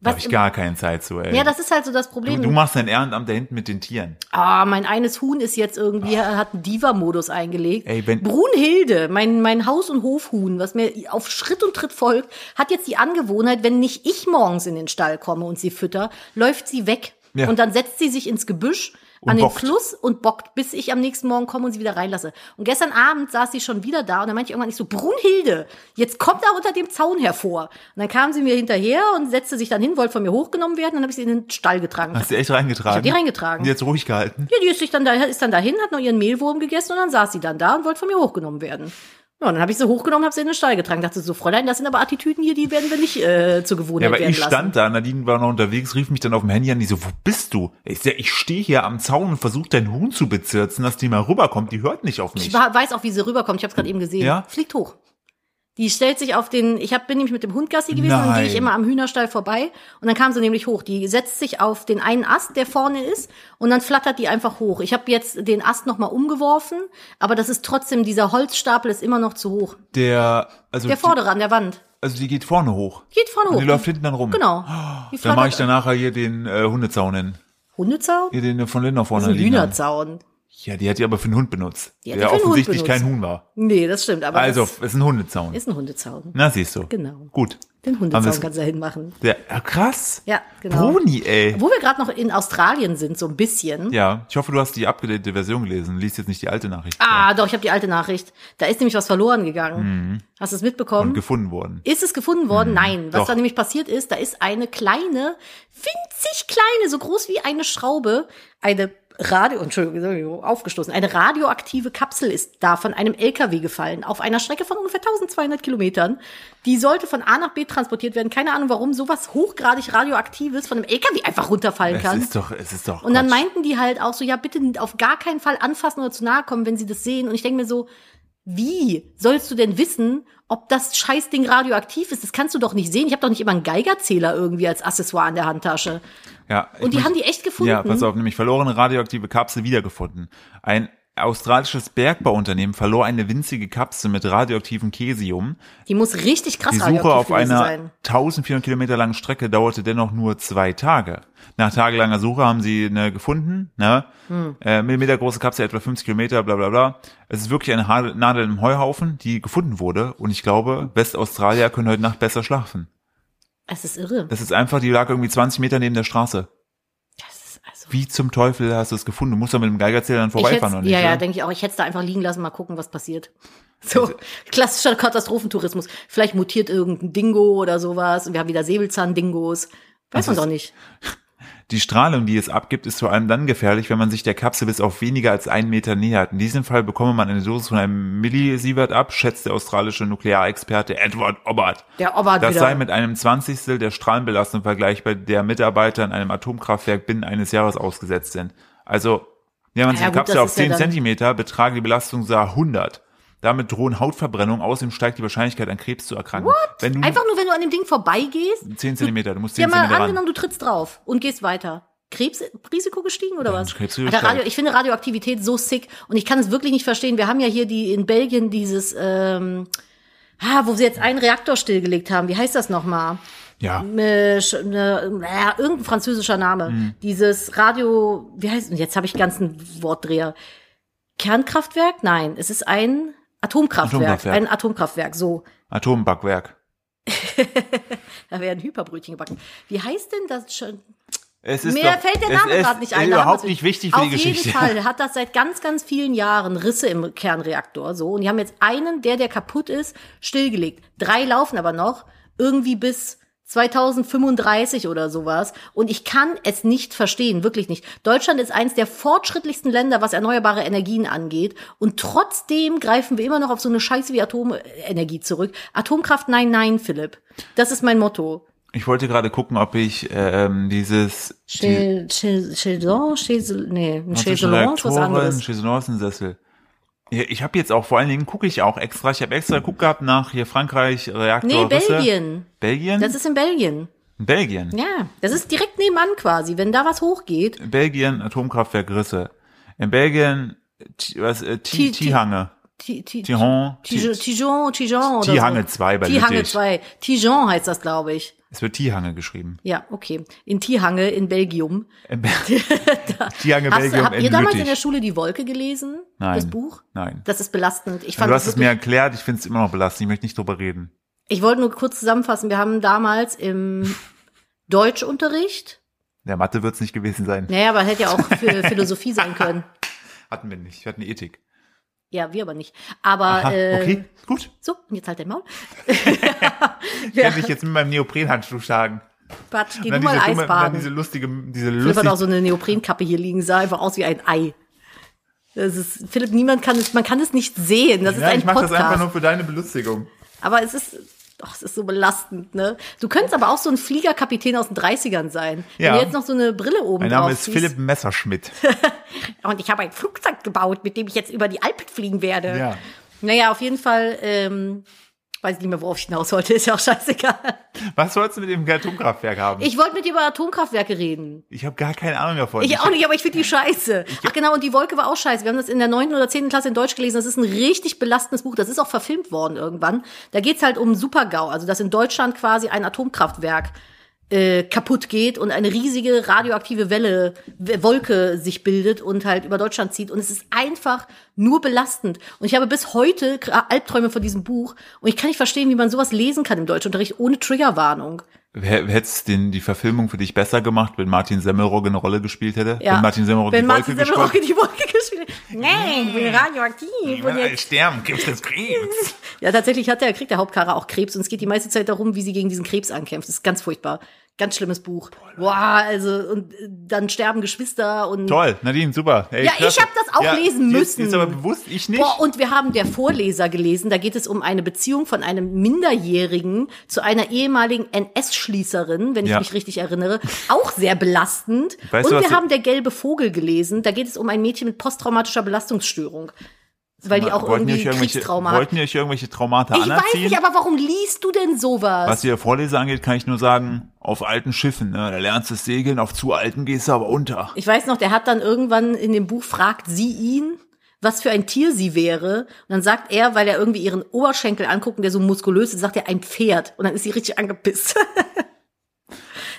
S1: Da habe ich gar keine Zeit zu, ey.
S2: ja, das ist halt so das
S1: Du,
S2: Problem.
S1: du machst dein Ehrenamt da hinten mit den Tieren.
S2: Ah, mein eines Huhn ist jetzt irgendwie, hat einen Diva-Modus eingelegt.
S1: Ey, wenn-
S2: Brunhilde, mein, mein Haus- und Hofhuhn, was mir auf Schritt und Tritt folgt, hat jetzt die Angewohnheit, wenn nicht ich morgens in den Stall komme und sie fütter, läuft sie weg.
S1: Ja.
S2: Und dann setzt sie sich ins Gebüsch
S1: Und
S2: an den
S1: bockt.
S2: Fluss und bockt, bis ich am nächsten Morgen komme und sie wieder reinlasse. Und gestern Abend saß sie schon wieder da und dann meinte ich irgendwann nicht so, Brunhilde, jetzt kommt er unter dem Zaun hervor. Und dann kam sie mir hinterher und setzte sich dann hin, wollte von mir hochgenommen werden, und dann habe ich sie in den Stall getragen.
S1: Hast du die echt reingetragen?
S2: Ich hab die reingetragen.
S1: Und jetzt ruhig gehalten.
S2: Ja, die ist, sich dann da, ist dann dahin, hat noch ihren Mehlwurm gegessen und dann saß sie dann da und wollte von mir hochgenommen werden. Ja, und dann habe ich sie hochgenommen, habe sie in den Stall getragen. Dachte so, Fräulein, das sind aber Attitüden hier, die werden wir nicht äh, zur
S1: Ja,
S2: Gewohnheit
S1: aber
S2: werden
S1: ich
S2: lassen.
S1: stand da, Nadine war noch unterwegs, rief mich dann auf dem Handy an, die so, wo bist du? Ich, sag, ich stehe hier am Zaun und versuche dein Huhn zu bezirzen, dass die mal rüberkommt, die hört nicht auf mich.
S2: ich wa- weiß auch, wie sie rüberkommt. Ich habe es gerade eben gesehen.
S1: Ja?
S2: Fliegt hoch. Die stellt sich auf den, ich hab, bin nämlich mit dem Hund Gassi gewesen, dann gehe ich
S1: Nein.
S2: immer am Hühnerstall vorbei und dann kam sie nämlich hoch. Die setzt sich auf den einen Ast, der vorne ist und dann flattert die einfach hoch. Ich habe jetzt den Ast nochmal umgeworfen, aber das ist trotzdem, dieser Holzstapel ist immer noch zu hoch.
S1: der, also,
S2: Der vordere an der Wand.
S1: die, also die geht vorne hoch.
S2: Geht vorne
S1: und
S2: hoch.
S1: die läuft hinten dann rum.
S2: Genau. Die
S1: Hm. Oh, Dann mache ich
S2: flattert-
S1: dann nachher hier den äh, Hundezaun hin.
S2: Hundezaun?
S1: Hier den äh, von Linda vorne
S2: Das ist ein
S1: liegen haben.
S2: Hühnerzaun.
S1: Ja, die hat die aber für einen Hund benutzt.
S2: Die hat die
S1: der
S2: für einen Hund
S1: offensichtlich
S2: benutzt.
S1: kein Huhn war.
S2: Nee, das stimmt, aber
S1: also,
S2: das
S1: es ist ein Hundezaun.
S2: ist ein Hundezaun.
S1: Na, siehst du.
S2: Genau.
S1: Gut.
S2: Den
S1: Haben
S2: Hundezaun
S1: wir's-
S2: kannst du da hinmachen.
S1: Der, ja, krass.
S2: Ja, genau.
S1: Bruni, ey.
S2: Wo wir gerade noch in Australien sind, so ein bisschen.
S1: Ja, ich hoffe, du hast die abgedatete Version gelesen. Liest jetzt nicht die alte Nachricht.
S2: Ah, doch, ich habe die alte Nachricht. Da ist nämlich was verloren gegangen. Hast du es mitbekommen?
S1: Mhm. Und gefunden worden.
S2: Ist es gefunden worden? Nein. Was
S1: doch.
S2: da nämlich passiert ist, da ist eine kleine, winzig kleine, so groß wie eine Schraube, eine Radio, Entschuldigung, aufgestoßen, eine radioaktive Kapsel ist da von einem LKW gefallen, auf einer Strecke von ungefähr 1200 Kilometern. Die sollte von A nach B transportiert werden. Keine Ahnung, warum sowas hochgradig radioaktives von einem LKW einfach runterfallen
S1: Es
S2: kann.
S1: ist doch, es ist doch.
S2: Und dann
S1: Quatsch.
S2: meinten die halt auch so, ja, bitte auf gar keinen Fall anfassen oder zu nahe kommen, wenn sie das sehen. Und ich denke mir so, wie sollst du denn wissen, ob das Scheißding radioaktiv ist? Das kannst du doch nicht sehen. Ich habe doch nicht immer einen Geigerzähler irgendwie als Accessoire in der Handtasche.
S1: ja, ich
S2: Und die
S1: möchte-
S2: haben die echt gefunden.
S1: Ja, pass auf, nämlich verlorene radioaktive Kapsel wiedergefunden. Ein australisches Bergbauunternehmen verlor eine winzige Kapsel mit radioaktivem Cäsium.
S2: Die muss richtig krass
S1: Die Suche
S2: radioaktiv
S1: auf
S2: gewesen
S1: einer
S2: sein.
S1: 1400 Kilometer langen Strecke dauerte dennoch nur zwei Tage. Nach tagelanger Suche haben sie ne, gefunden, ne?
S2: Hm.
S1: Äh, Millimetergroße Kapsel, etwa 50 Kilometer, bla bla bla. Es ist wirklich eine Hadel- Nadel im Heuhaufen, die gefunden wurde. Und ich glaube, Westaustralier können heute Nacht besser schlafen.
S2: Es ist irre.
S1: Das ist einfach, die lag irgendwie 20 Meter neben der Straße.
S2: Das ist also.
S1: Wie zum Teufel hast du es gefunden? Du musst doch mit dem Geigerzähler dann
S2: Ich
S1: vorbeifahren,
S2: hätt's-
S1: oder nicht? ne?
S2: ja, ja,
S1: oder?
S2: denke ich auch. Ich hätte es da einfach liegen lassen, mal gucken, was passiert.
S1: Also-
S2: So, klassischer Katastrophentourismus. Vielleicht mutiert irgendein Dingo oder sowas. Und wir haben wieder Säbelzahn-Dingos.
S1: Das
S2: Weiß man
S1: ist-
S2: doch nicht.
S1: Die Strahlung, die es abgibt, ist vor allem dann gefährlich, wenn man sich der Kapsel bis auf weniger als einen Meter nähert. In diesem Fall bekomme man eine Dosis von einem Millisievert ab, schätzt der australische Nuklearexperte Edward Obbart.
S2: Der Obbert
S1: Das
S2: wieder.
S1: sei mit einem Zwanzigstel der Strahlenbelastung vergleichbar, der Mitarbeiter in einem Atomkraftwerk binnen eines Jahres ausgesetzt sind. Also, nähert man sich
S2: Ja,
S1: die
S2: gut,
S1: Kapsel
S2: das
S1: auf
S2: ist ja
S1: 10
S2: dann-
S1: Zentimeter, betrage die Belastung sah 100. Damit drohen Hautverbrennungen, außerdem steigt die Wahrscheinlichkeit, an Krebs zu erkranken. What? Wenn du
S2: Einfach nur, wenn du an dem Ding vorbeigehst.
S1: 10 Zentimeter, du musst 10
S2: Ja, mal
S1: Zentimeter ran.
S2: angenommen, du trittst drauf und gehst weiter. Krebsrisiko gestiegen oder was?
S1: Krebsrisiko
S2: Alter, Radio,
S1: steigt.
S2: ich finde Radioaktivität so sick und ich kann es wirklich nicht verstehen. Wir haben ja hier die in Belgien dieses, ähm, ah, wo sie jetzt einen Reaktor stillgelegt haben. Wie heißt das nochmal?
S1: Ja.
S2: äh, Sch- ne, äh, irgendein französischer Name.
S1: Mhm.
S2: Dieses Radio, wie heißt und jetzt habe ich ganzen Wortdreher. Kernkraftwerk? Nein, es ist ein Atomkraftwerk,
S1: Atomkraftwerk.
S2: ein Atomkraftwerk. So,
S1: Atombackwerk.
S2: da werden Hyperbrötchen gebacken. Wie heißt denn das schon?
S1: Es ist
S2: Mir
S1: doch,
S2: fällt der
S1: es
S2: Name
S1: ist
S2: gerade nicht ein. da haben
S1: Überhaupt
S2: wir's
S1: nicht
S2: wieder.
S1: wichtig für
S2: Auf
S1: die Geschichte.
S2: jeden Fall hat das seit ganz, ganz vielen Jahren Risse im Kernreaktor so und die haben jetzt einen, der der kaputt ist, stillgelegt. Drei laufen aber noch irgendwie bis 2035 oder sowas und ich kann es nicht verstehen, wirklich nicht. Deutschland ist eins der fortschrittlichsten Länder, was erneuerbare Energien angeht und trotzdem greifen wir immer noch auf so eine Scheiße wie Atomenergie zurück. Atomkraft nein, nein, Philipp. Das ist mein Motto.
S1: [laughs] Ich wollte gerade gucken, ob ich ähm, dieses
S2: Chil- Chil- Chilson, Chilson, nee, ein Chilson ist was
S1: Reaktoren,
S2: anderes.
S1: Chaiselon-Sessel. Ich habe jetzt auch vor allen Dingen gucke ich auch extra. Ich habe extra geguckt gehabt nach hier Frankreich Reaktor.
S2: Nee,
S1: Risse.
S2: Belgien.
S1: Belgien.
S2: Das ist in Belgien.
S1: Belgien.
S2: Ja, das ist direkt nebenan quasi. Wenn da was hochgeht,
S1: Belgien Atomkraftwerk Risse. In Belgien T- was äh, T-
S2: T-
S1: Tihange.
S2: Ti- Ti-
S1: Tihange.
S2: Tijon,
S1: T-
S2: Tijon, Tijon oder
S1: Tihange 2 bei
S2: Tihange
S1: Lüttich.
S2: 2. Tijon heißt das, glaube ich.
S1: Es wird Tihange geschrieben.
S2: Ja, okay. In Tihange in Belgium.
S1: In
S2: [laughs]
S1: Be- Tihange
S2: Hast,
S1: Belgium
S2: habt
S1: in
S2: ihr damals in der
S1: Lüttich.
S2: Schule die Wolke gelesen?
S1: Nein.
S2: Das Buch?
S1: Nein.
S2: Das ist belastend. Ich fand
S1: du
S2: das
S1: hast es
S2: wirklich-
S1: mir erklärt, ich finde es immer noch belastend, ich möchte nicht drüber reden.
S2: Ich wollte nur kurz zusammenfassen. Wir haben damals
S1: [laughs]
S2: im Deutschunterricht
S1: Der Mathe wird es nicht gewesen sein.
S2: Naja, aber hätte ja auch
S1: [laughs]
S2: für Philosophie sein können.
S1: Hatten wir nicht. Wir hatten Ethik.
S2: Ja, wir aber nicht. Aber
S1: Aha,
S2: äh,
S1: okay, gut.
S2: so, und jetzt halt dein Maul.
S1: Ich
S2: ja,
S1: werde mich jetzt mit meinem Neoprenhandschuh schlagen.
S2: Quatsch,
S1: Und
S2: geh du
S1: dann
S2: mal
S1: diese, dumme- und
S2: Eis
S1: dann diese
S2: baden.
S1: lustige, diese
S2: Philipp hat halt auch
S1: lustige.
S2: so eine Neoprenkappe hier liegen, sah einfach aus wie ein Ei. Das ist, Philipp, niemand kann es, man kann es nicht sehen. Das
S1: Ja,
S2: ist ein
S1: ich mache das einfach
S2: Podcast.
S1: nur für deine
S2: [laughs]
S1: Belustigung.
S2: aber es ist, oh, es ist so belastend, ne? Du könntest aber auch so ein Fliegerkapitän aus den 30ern sein.
S1: Ja.
S2: Wenn du jetzt noch so eine Brille oben
S1: Mein Name
S2: drauf
S1: ist
S2: ziehst.
S1: Philipp
S2: [laughs]
S1: Messerschmidt.
S2: Und ich habe ein Flugzeug gebaut, mit dem ich jetzt über die Alpen fliegen werde.
S1: Ja.
S2: Naja, auf jeden Fall, ähm, weiß ich nicht mehr, worauf ich hinaus wollte, ist ja auch scheißegal.
S1: Was sollst du mit dem Atomkraftwerk haben? Ich,
S2: Ich wollte mit dir über Atomkraftwerke reden.
S1: habe gar keine Ahnung davon.
S2: Ich auch nicht, aber ich finde die scheiße. Ach genau, und die Wolke war auch scheiße. Wir haben das in der neunten oder zehnten Klasse in Deutsch gelesen. Das ist ein richtig belastendes Buch. Das ist auch verfilmt worden irgendwann. Da geht's halt um Supergau, also dass in Deutschland quasi ein Atomkraftwerk äh, kaputt geht und eine riesige radioaktive Welle, W- Wolke sich bildet und halt über Deutschland zieht. Und es ist einfach nur belastend. Und ich habe bis heute Gra- Albträume von diesem Buch. Und ich kann nicht verstehen, wie man sowas lesen kann im Deutschunterricht ohne Triggerwarnung.
S1: Hättest den die Verfilmung für dich besser gemacht, wenn Martin Semmelrogge eine Rolle gespielt hätte?
S2: Ja.
S1: Wenn Martin Semmelrogge
S2: Wenn
S1: die
S2: Martin
S1: Wolke
S2: Semmelrogge
S1: gesprochen
S2: die Wolke gespielt hat. Nein, ich bin radioaktiv. Und
S1: hätte?
S2: jetzt.
S1: Sterben, gibt es Krebs.
S2: Ja, tatsächlich hat der, kriegt der Hauptcharakter auch Krebs und es geht die meiste Zeit darum, wie sie gegen diesen Krebs ankämpft. Das ist ganz furchtbar. Ganz schlimmes Buch. Boah, also, und äh, dann sterben Geschwister und.
S1: Toll, Nadine, super. Ey,
S2: Ja, ich
S1: klasse.
S2: hab das auch lesen
S1: dir Ist, dir
S2: müssen.
S1: ist aber bewusst, ich nicht.
S2: Boah, und wir haben der Vorleser gelesen, da geht es um eine Beziehung von einem Minderjährigen zu einer ehemaligen NS-Schließerin, wenn ich
S1: Ja.
S2: mich richtig erinnere. Auch sehr belastend.
S1: [laughs] Weißt du,
S2: und
S1: was
S2: wir
S1: du-
S2: haben der gelbe Vogel gelesen, da geht es um ein Mädchen mit posttraumatischer Belastungsstörung. Weil die auch
S1: wollten ihr
S2: irgendwie
S1: euch irgendwelche,
S2: Kriegstrauma hat.
S1: Wollten ihr euch irgendwelche Traumata
S2: Ich weiß
S1: anerziehen?
S2: nicht, aber warum liest du denn sowas?
S1: Was die Vorleser angeht, kann ich nur sagen, auf alten Schiffen, ne? da lernst du das Segeln, auf zu alten gehst du aber unter.
S2: Ich weiß noch, der hat dann irgendwann in dem Buch fragt sie ihn, was für ein Tier sie wäre. Und dann sagt er, weil er irgendwie ihren Oberschenkel anguckt und der so muskulös ist, sagt er ein Pferd. Und dann ist sie richtig angepisst.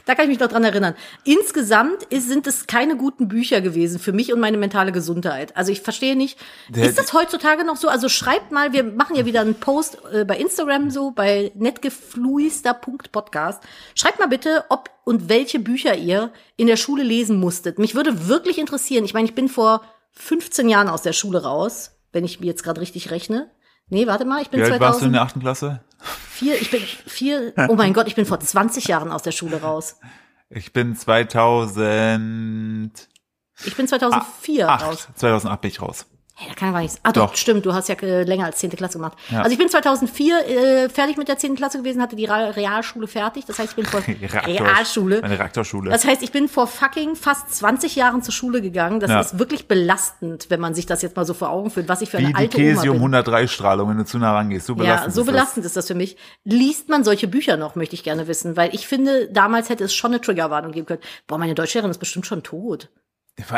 S2: da kann ich mich noch dran erinnern. Insgesamt ist, sind es keine guten Bücher gewesen für mich und meine mentale Gesundheit. Also ich verstehe nicht.
S1: Der-
S2: ist das heutzutage noch so? Also schreibt mal, wir machen ja wieder einen Post äh, bei Instagram so, bei netgefluister.podcast. Schreibt mal bitte, ob und welche Bücher ihr in der Schule lesen musstet. Mich würde wirklich interessieren. Ich meine, ich bin vor 15 Jahren aus der Schule raus, wenn ich mir jetzt gerade richtig rechne. Nee, warte mal, ich bin
S1: Wie alt warst du in
S2: 2004,
S1: der achten Klasse?
S2: ich bin vier, oh mein Gott, ich bin vor 20 Jahren aus der Schule raus.
S1: Ich bin 2008.
S2: Ich bin 2004 raus.
S1: 2008 bin ich raus.
S2: Hey, da kann gar nichts. Ah, doch,
S1: Ah, Doch.
S2: stimmt, du hast ja äh, länger als 10. Klasse gemacht.
S1: Ja.
S2: Also ich bin 2004 äh, fertig mit der 10. Klasse gewesen, hatte die Ra- Realschule fertig. Das heißt, ich
S1: [laughs]
S2: bin vor
S1: Reaktor-
S2: Realschule.
S1: Meine Reaktorschule.
S2: Das heißt, ich bin vor fucking fast 20 Jahren zur Schule gegangen. Das
S1: Ja.
S2: ist wirklich belastend, wenn man sich das jetzt mal so vor Augen führt, was ich für
S1: Wie
S2: eine
S1: die
S2: alte Oma
S1: Cäsium
S2: bin.
S1: 103 Strahlung, wenn du zu nah rangehst. So belastend.
S2: Ja, so
S1: ist das.
S2: belastend ist das für mich. Liest man solche Bücher noch, möchte ich gerne wissen, weil ich finde, damals hätte es schon eine Triggerwarnung geben können. Boah, meine Deutschlehrerin ist bestimmt schon tot.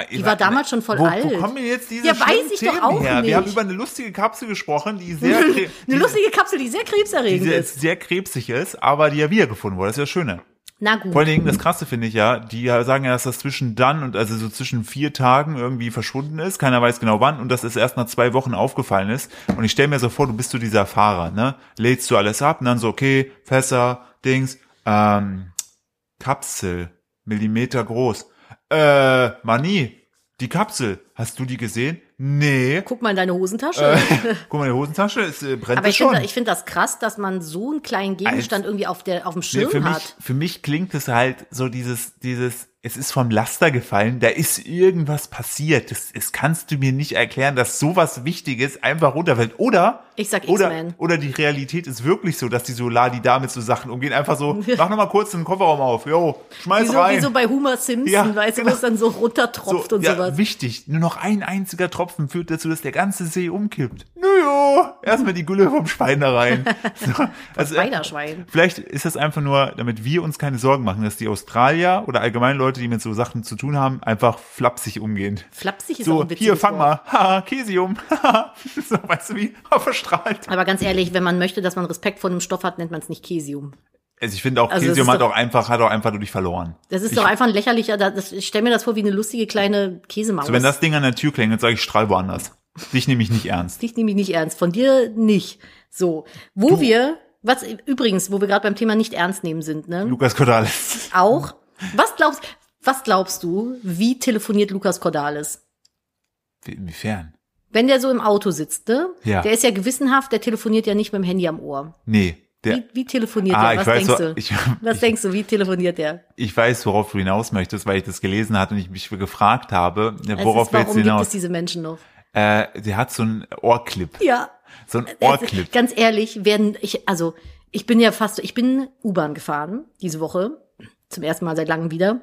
S2: Die war damals schon voll
S1: wo,
S2: alt.
S1: Wo kommen denn jetzt diese
S2: Ja,
S1: schlimmen
S2: weiß ich doch
S1: Themen
S2: auch
S1: her?
S2: nicht.
S1: Wir haben über eine lustige Kapsel gesprochen,
S2: [laughs]
S1: die sehr, kre- die,
S2: Eine lustige Kapsel, die sehr
S1: die
S2: krebserregend
S1: sehr,
S2: ist.
S1: sehr krebsig ist, aber die ja wiedergefunden wurde. Das ist ja das Schöne.
S2: Na gut.
S1: Vor allen Dingen, das Krasse finde ich ja, die ja sagen ja, dass das zwischen dann und also so zwischen vier Tagen irgendwie verschwunden ist. Keiner weiß genau wann und dass es erst nach zwei Wochen aufgefallen ist. Und ich stelle mir so vor, du bist so dieser Fahrer, ne? Lädst du alles ab und dann so, okay, Fässer, Dings, ähm, Kapsel, Millimeter groß. Äh, Mani, die Kapsel, hast du die gesehen?
S2: [laughs]
S1: Nee. Äh,
S2: Guck mal in deine Hosentasche.
S1: Guck mal, die Hosentasche, es äh, brennt
S2: Aber
S1: das
S2: ich
S1: schon.
S2: finde ich find das krass, dass man so einen kleinen Gegenstand irgendwie auf, der, auf dem
S1: Nee,
S2: Schirm
S1: für, mich,
S2: hat.
S1: für mich klingt es halt so dieses, dieses, es ist vom Laster gefallen, da ist irgendwas passiert. Das, das kannst du mir nicht erklären, dass sowas Wichtiges einfach runterfällt. Oder,
S2: Ich sag
S1: oder,
S2: X-Men.
S1: oder die Realität ist wirklich so, dass die Solari da mit so Sachen umgehen. Einfach so, mach nochmal kurz den Kofferraum auf, jo, schmeiß
S2: Wie so,
S1: rein.
S2: wie so bei Homer Simpson,
S1: Ja,
S2: weißt du, wo
S1: genau.
S2: es dann so
S1: So,
S2: runtertropft und
S1: ja,
S2: sowas.
S1: wichtig. Nur noch ein einziger Tropfen führt dazu, dass der ganze See umkippt. Nö, erstmal die Gülle vom Schwein da
S2: [laughs]
S1: rein. So, also,
S2: Weiderschwein.
S1: Vielleicht ist das einfach nur, damit wir uns keine Sorgen machen, dass die Australier oder allgemein Leute, die mit so Sachen zu tun haben, einfach flapsig umgehen.
S2: Flapsig ist
S1: So,
S2: auch ein
S1: hier,
S2: witziges
S1: fang mal.
S2: Wort.
S1: Haha, Kesium. Haha. [laughs] so, weißt du wie? Verstrahlt.
S2: Aber ganz ehrlich, wenn man möchte, dass man Respekt vor dem Stoff hat, nennt man es nicht Kesium.
S1: Also ich finde auch,
S2: Also, es
S1: Kesium
S2: ist
S1: hat
S2: doch-
S1: auch einfach, hat auch einfach durch verloren.
S2: Das ist
S1: ich,
S2: doch einfach ein lächerlicher, da- das, ich stelle mir das vor wie eine lustige kleine Käsemaus.
S1: So, wenn das Ding an der Tür klingelt, sage ich, strahl woanders. Dich nehme ich nicht ernst.
S2: Dich nehme ich nicht ernst, von dir nicht. So, wo wir, was übrigens, wo wir gerade beim Thema nicht ernst nehmen sind, ne?
S1: Lukas Cordalis.
S2: Auch, was glaubst, was glaubst du, wie telefoniert Lukas Cordalis?
S1: Inwiefern?
S2: Wenn der so im Auto sitzt, ne?
S1: Ja.
S2: Der ist ja gewissenhaft, der telefoniert ja nicht mit dem Handy am Ohr.
S1: Nee. Der,
S2: Wie, wie telefoniert
S1: ah,
S2: der?
S1: ich
S2: Was
S1: weiß,
S2: denkst
S1: wo-
S2: du?
S1: ich,
S2: Was
S1: ich,
S2: denkst du, wie telefoniert der?
S1: ich weiß, worauf du hinaus möchtest, weil ich das gelesen hatte und ich mich gefragt habe, ne,
S2: Es
S1: worauf willst
S2: ist, warum
S1: du
S2: gibt
S1: hinaus?
S2: es diese Menschen noch?
S1: Äh, der hat so einen Ohrclip.
S2: Ja.
S1: So einen
S2: Also,
S1: Ohrclip.
S2: ganz ehrlich, werden ich, also ich bin ja fast, ich bin U-Bahn gefahren diese Woche, zum ersten Mal seit langem wieder.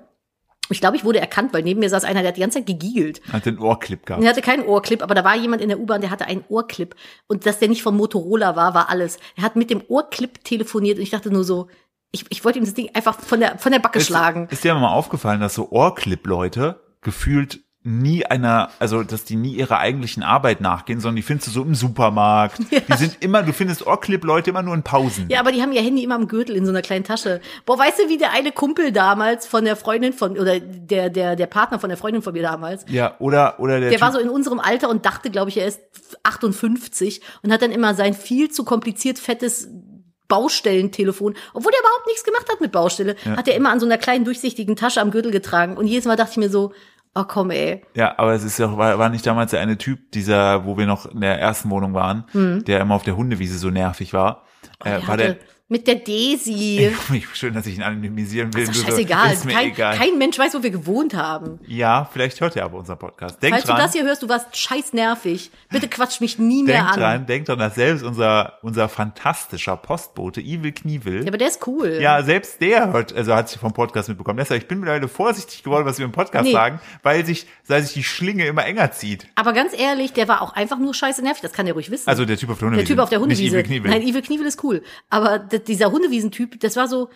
S2: Ich glaube, ich wurde erkannt, weil neben mir saß einer, der hat die ganze Zeit gegiegelt.
S1: Hat den Ohrclip gehabt.
S2: Er hatte keinen Ohrclip, aber da war jemand in der U-Bahn, der hatte einen Ohrclip. Und dass der nicht von Motorola war, war alles. Er hat mit dem Ohrclip telefoniert und ich dachte nur so, ich, ich wollte ihm das Ding einfach von der, von der Backe schlagen.
S1: Ist, ist dir mal aufgefallen, dass so Ohrclip-Leute gefühlt nie einer, also dass die nie ihrer eigentlichen Arbeit nachgehen, sondern die findest du so im
S2: [laughs]
S1: Supermarkt. Die sind immer, du findest Ohrclip-Leute immer nur in Pausen.
S2: Ja, aber die haben ihr Handy immer am Gürtel in so einer kleinen Tasche. Boah, weißt du, wie der eine Kumpel damals von der Freundin von, oder der, der, der Partner von der Freundin von mir damals,
S1: Ja, oder, oder der,
S2: der war
S1: Typ-
S2: so in unserem Alter und dachte, glaube ich, er ist 58 und hat dann immer sein viel zu kompliziert fettes Baustellentelefon, obwohl der überhaupt nichts gemacht hat mit Baustelle, hat er immer an so einer kleinen durchsichtigen Tasche am Gürtel getragen. Und jedes Mal dachte ich mir so, oh komm ey,
S1: Ja, aber es ist ja auch, war, war nicht damals der eine Typ, dieser, wo wir noch in der ersten Wohnung waren,
S2: Hm.
S1: der immer auf der Hundewiese so nervig war. äh,
S2: der
S1: war der,
S2: hatte mit
S1: [laughs]
S2: der Daisy.
S1: schön, dass ich ihn anonymisieren will.
S2: Ist doch
S1: du so,
S2: Also scheißegal.
S1: Ist mir
S2: kein,
S1: egal.
S2: kein Mensch weiß, wo wir gewohnt haben.
S1: ja, vielleicht hört er aber unseren Podcast. Denk
S2: Falls
S1: dran,
S2: du das hier hörst, du warst scheiß nervig. Bitte quatsch mich nie mehr
S1: denk
S2: an.
S1: dran, denk dran, dass selbst unser, unser fantastischer Postbote, Evil Knievel,
S2: Ja,
S1: ja,
S2: aber der ist cool.
S1: selbst der hört, also hat sich vom Podcast mitbekommen. Deshalb, ich bin mittlerweile vorsichtig geworden, was wir im Podcast
S2: Nee.
S1: sagen, weil sich, weil sich die Schlinge immer enger zieht.
S2: Aber ganz ehrlich, der war auch einfach nur scheiße nervig. Das kann der ruhig wissen.
S1: Also der Typ auf der
S2: der
S1: Hundewiese.
S2: Typ auf der Hundewiese.
S1: Nicht Evil Knievel.
S2: Nein, Evil Knievel ist cool. Aber d- dieser Hundewiesentyp, das war so,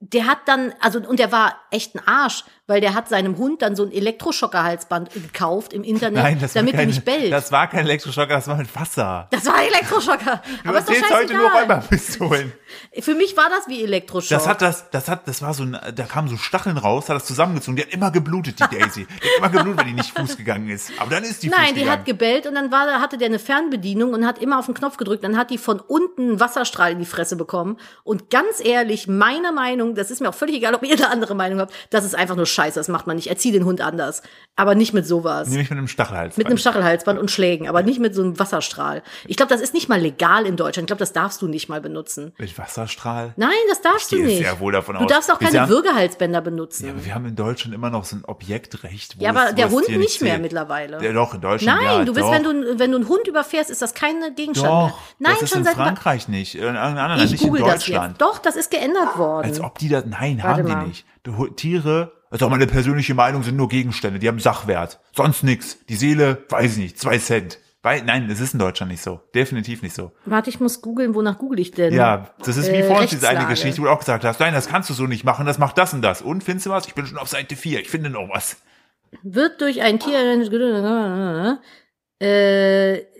S2: der hat dann, also, und der war echt ein Arsch, weil der hat seinem Hund dann so ein Elektroschockerhalsband gekauft im Internet,
S1: Nein, das
S2: damit
S1: war kein,
S2: er nicht bellt. Das,
S1: Das war kein Elektroschocker, das war mit Wasser.
S2: war Elektroschocker.
S1: Du
S2: Aber ist doch
S1: erzählst heute nur
S2: scheißegal.
S1: Räuberpistolen.
S2: Für mich war das wie Elektroschock.
S1: Das hat das, das hat, das war so ein, da kamen so Stacheln raus, hat das zusammengezogen. Die hat immer geblutet, die Daisy. Die hat immer geblutet, wenn die nicht Fuß gegangen ist. Aber dann ist die Fuß
S2: Nein, die
S1: gegangen.
S2: hat gebellt und dann war, hatte der eine Fernbedienung und hat immer auf den Knopf gedrückt. Dann hat die von unten einen Wasserstrahl in die Fresse bekommen. Und ganz ehrlich, meiner Meinung, das ist mir auch völlig egal, ob ihr eine andere Meinung habt, das ist einfach nur scheiße, das macht man nicht. Erzieh den Hund anders. Aber nicht mit sowas.
S1: Nämlich mit einem Stachelhals. Also
S2: Mit einem Stachelhalsband und Schlägen, aber nicht mit so einem Wasserstrahl. Ich glaube, das ist nicht mal legal in Deutschland. Ich glaube, das darfst du nicht mal benutzen.
S1: Mit Wasserstrahl.
S2: Nein, das darfst
S1: Ich
S2: du
S1: gehe
S2: nicht.
S1: sehr wohl davon
S2: du
S1: aus.
S2: darfst auch
S1: Wir
S2: keine
S1: sagen-
S2: Würgehalsbänder benutzen.
S1: Ja, aber wir haben in Deutschland immer noch so ein Objektrecht. Wo
S2: Ja,
S1: es,
S2: aber
S1: wo
S2: der
S1: es
S2: Hund
S1: dir
S2: nicht mehr
S1: zählt.
S2: mittlerweile.
S1: Ja, doch, in Deutschland.
S2: Nein,
S1: ja,
S2: du bist,
S1: doch.
S2: wenn du, wenn du einen Hund überfährst, ist das keine Gegenstand mehr.
S1: Doch,
S2: Nein,
S1: das ist
S2: schon
S1: in
S2: seit
S1: Frankreich nicht. In anderen Ländern,
S2: ich
S1: nicht in
S2: google das jetzt.
S1: Deutschland.
S2: Doch, das ist geändert worden.
S1: Als ob die das, nein,
S2: Warte
S1: haben die
S2: mal.
S1: nicht. Du, hol- Tiere, also meine persönliche Meinung sind nur Gegenstände, die haben Sachwert. Sonst nix. Die Seele, weiß ich nicht, zwei Cent. Weil, nein, das ist in Deutschland nicht so. Definitiv nicht so.
S2: Warte, ich muss googeln, wonach google ich denn?
S1: Ja, das ist wie
S2: Äh,
S1: vorhin diese eine
S2: Rechtslage.
S1: Geschichte, wo du auch gesagt hast, nein, das kannst du so nicht machen, das macht das und das. Und findest du was? Ich bin schon auf Seite 4, ich finde noch was.
S2: wird durch ein Tier äh,
S1: Ah. Das hätte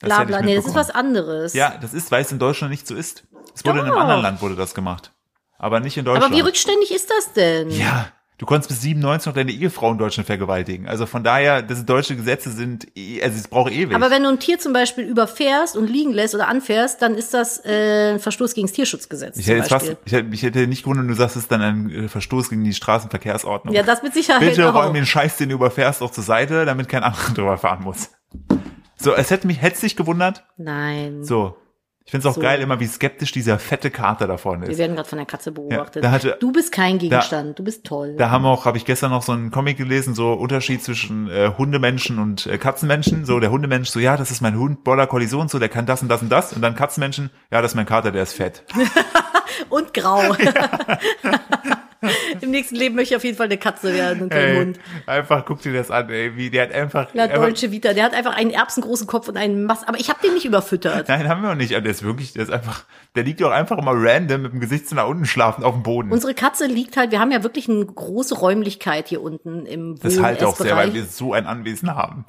S2: bla
S1: ich
S2: bla. Nee, das ist
S1: mitbekommen.
S2: was anderes.
S1: Ja, das ist, weil es in Deutschland nicht so ist. Es wurde in einem
S2: Doch.
S1: anderen Land wurde das gemacht. Aber nicht in Deutschland.
S2: Aber wie rückständig ist das denn?
S1: ja, du konntest bis 97 noch deine Ehefrau in Deutschland vergewaltigen. Also von daher, das deutsche Gesetze sind, eh- also es braucht ewig.
S2: Aber wenn du ein Tier zum Beispiel überfährst und liegen lässt oder anfährst, dann ist das äh, ein Verstoß gegen das Tierschutzgesetz.
S1: ich
S2: zum
S1: hätte, jetzt fast,
S2: Beispiel.
S1: ich, hätte, ich hätte nicht gewundert, wenn du sagst, es ist dann ein äh, Verstoß gegen die Straßenverkehrsordnung.
S2: ja, das mit Sicherheit
S1: Bitte
S2: auch.
S1: räum den Scheiß, den du überfährst, auch zur Seite, damit kein anderer [laughs] drüber fahren muss. So, es hätte mich, hätte dich gewundert.
S2: Nein.
S1: So. Ich finde es auch
S2: So.
S1: geil, immer wie skeptisch dieser fette Kater da vorne
S2: Wir
S1: ist.
S2: werden gerade von der Katze beobachtet.
S1: da hatte-
S2: du bist kein Gegenstand, du bist toll.
S1: Da haben auch, habe ich gestern noch so einen Comic gelesen, so Unterschied zwischen äh, Hundemenschen und äh, Katzenmenschen. So der Hundemensch, so ja, das ist mein Hund, Border Collision, so der kann das und das und das. Und dann Katzenmenschen, ja, das ist mein Kater, der ist fett.
S2: Und grau.
S1: [laughs]
S2: [laughs] Im nächsten Leben möchte ich auf jeden Fall eine Katze werden und kein
S1: Ey,
S2: Hund.
S1: einfach guck dir das an, ey, wie der hat einfach.
S2: La
S1: einfach
S2: Dolce Vita, der hat einfach einen erbsengroßen Kopf und einen Mass. Aber ich habe den nicht überfüttert.
S1: nein, haben wir noch nicht. Also, Der ist wirklich, der ist einfach, der liegt doch einfach immer random mit dem Gesicht so nach unten schlafend auf dem Boden.
S2: Unsere Katze liegt halt, wir haben ja wirklich eine große Räumlichkeit hier unten im
S1: das halt auch sehr, weil
S2: Wohn-Essbereich.
S1: wir so ein Anwesen
S2: [laughs]
S1: haben.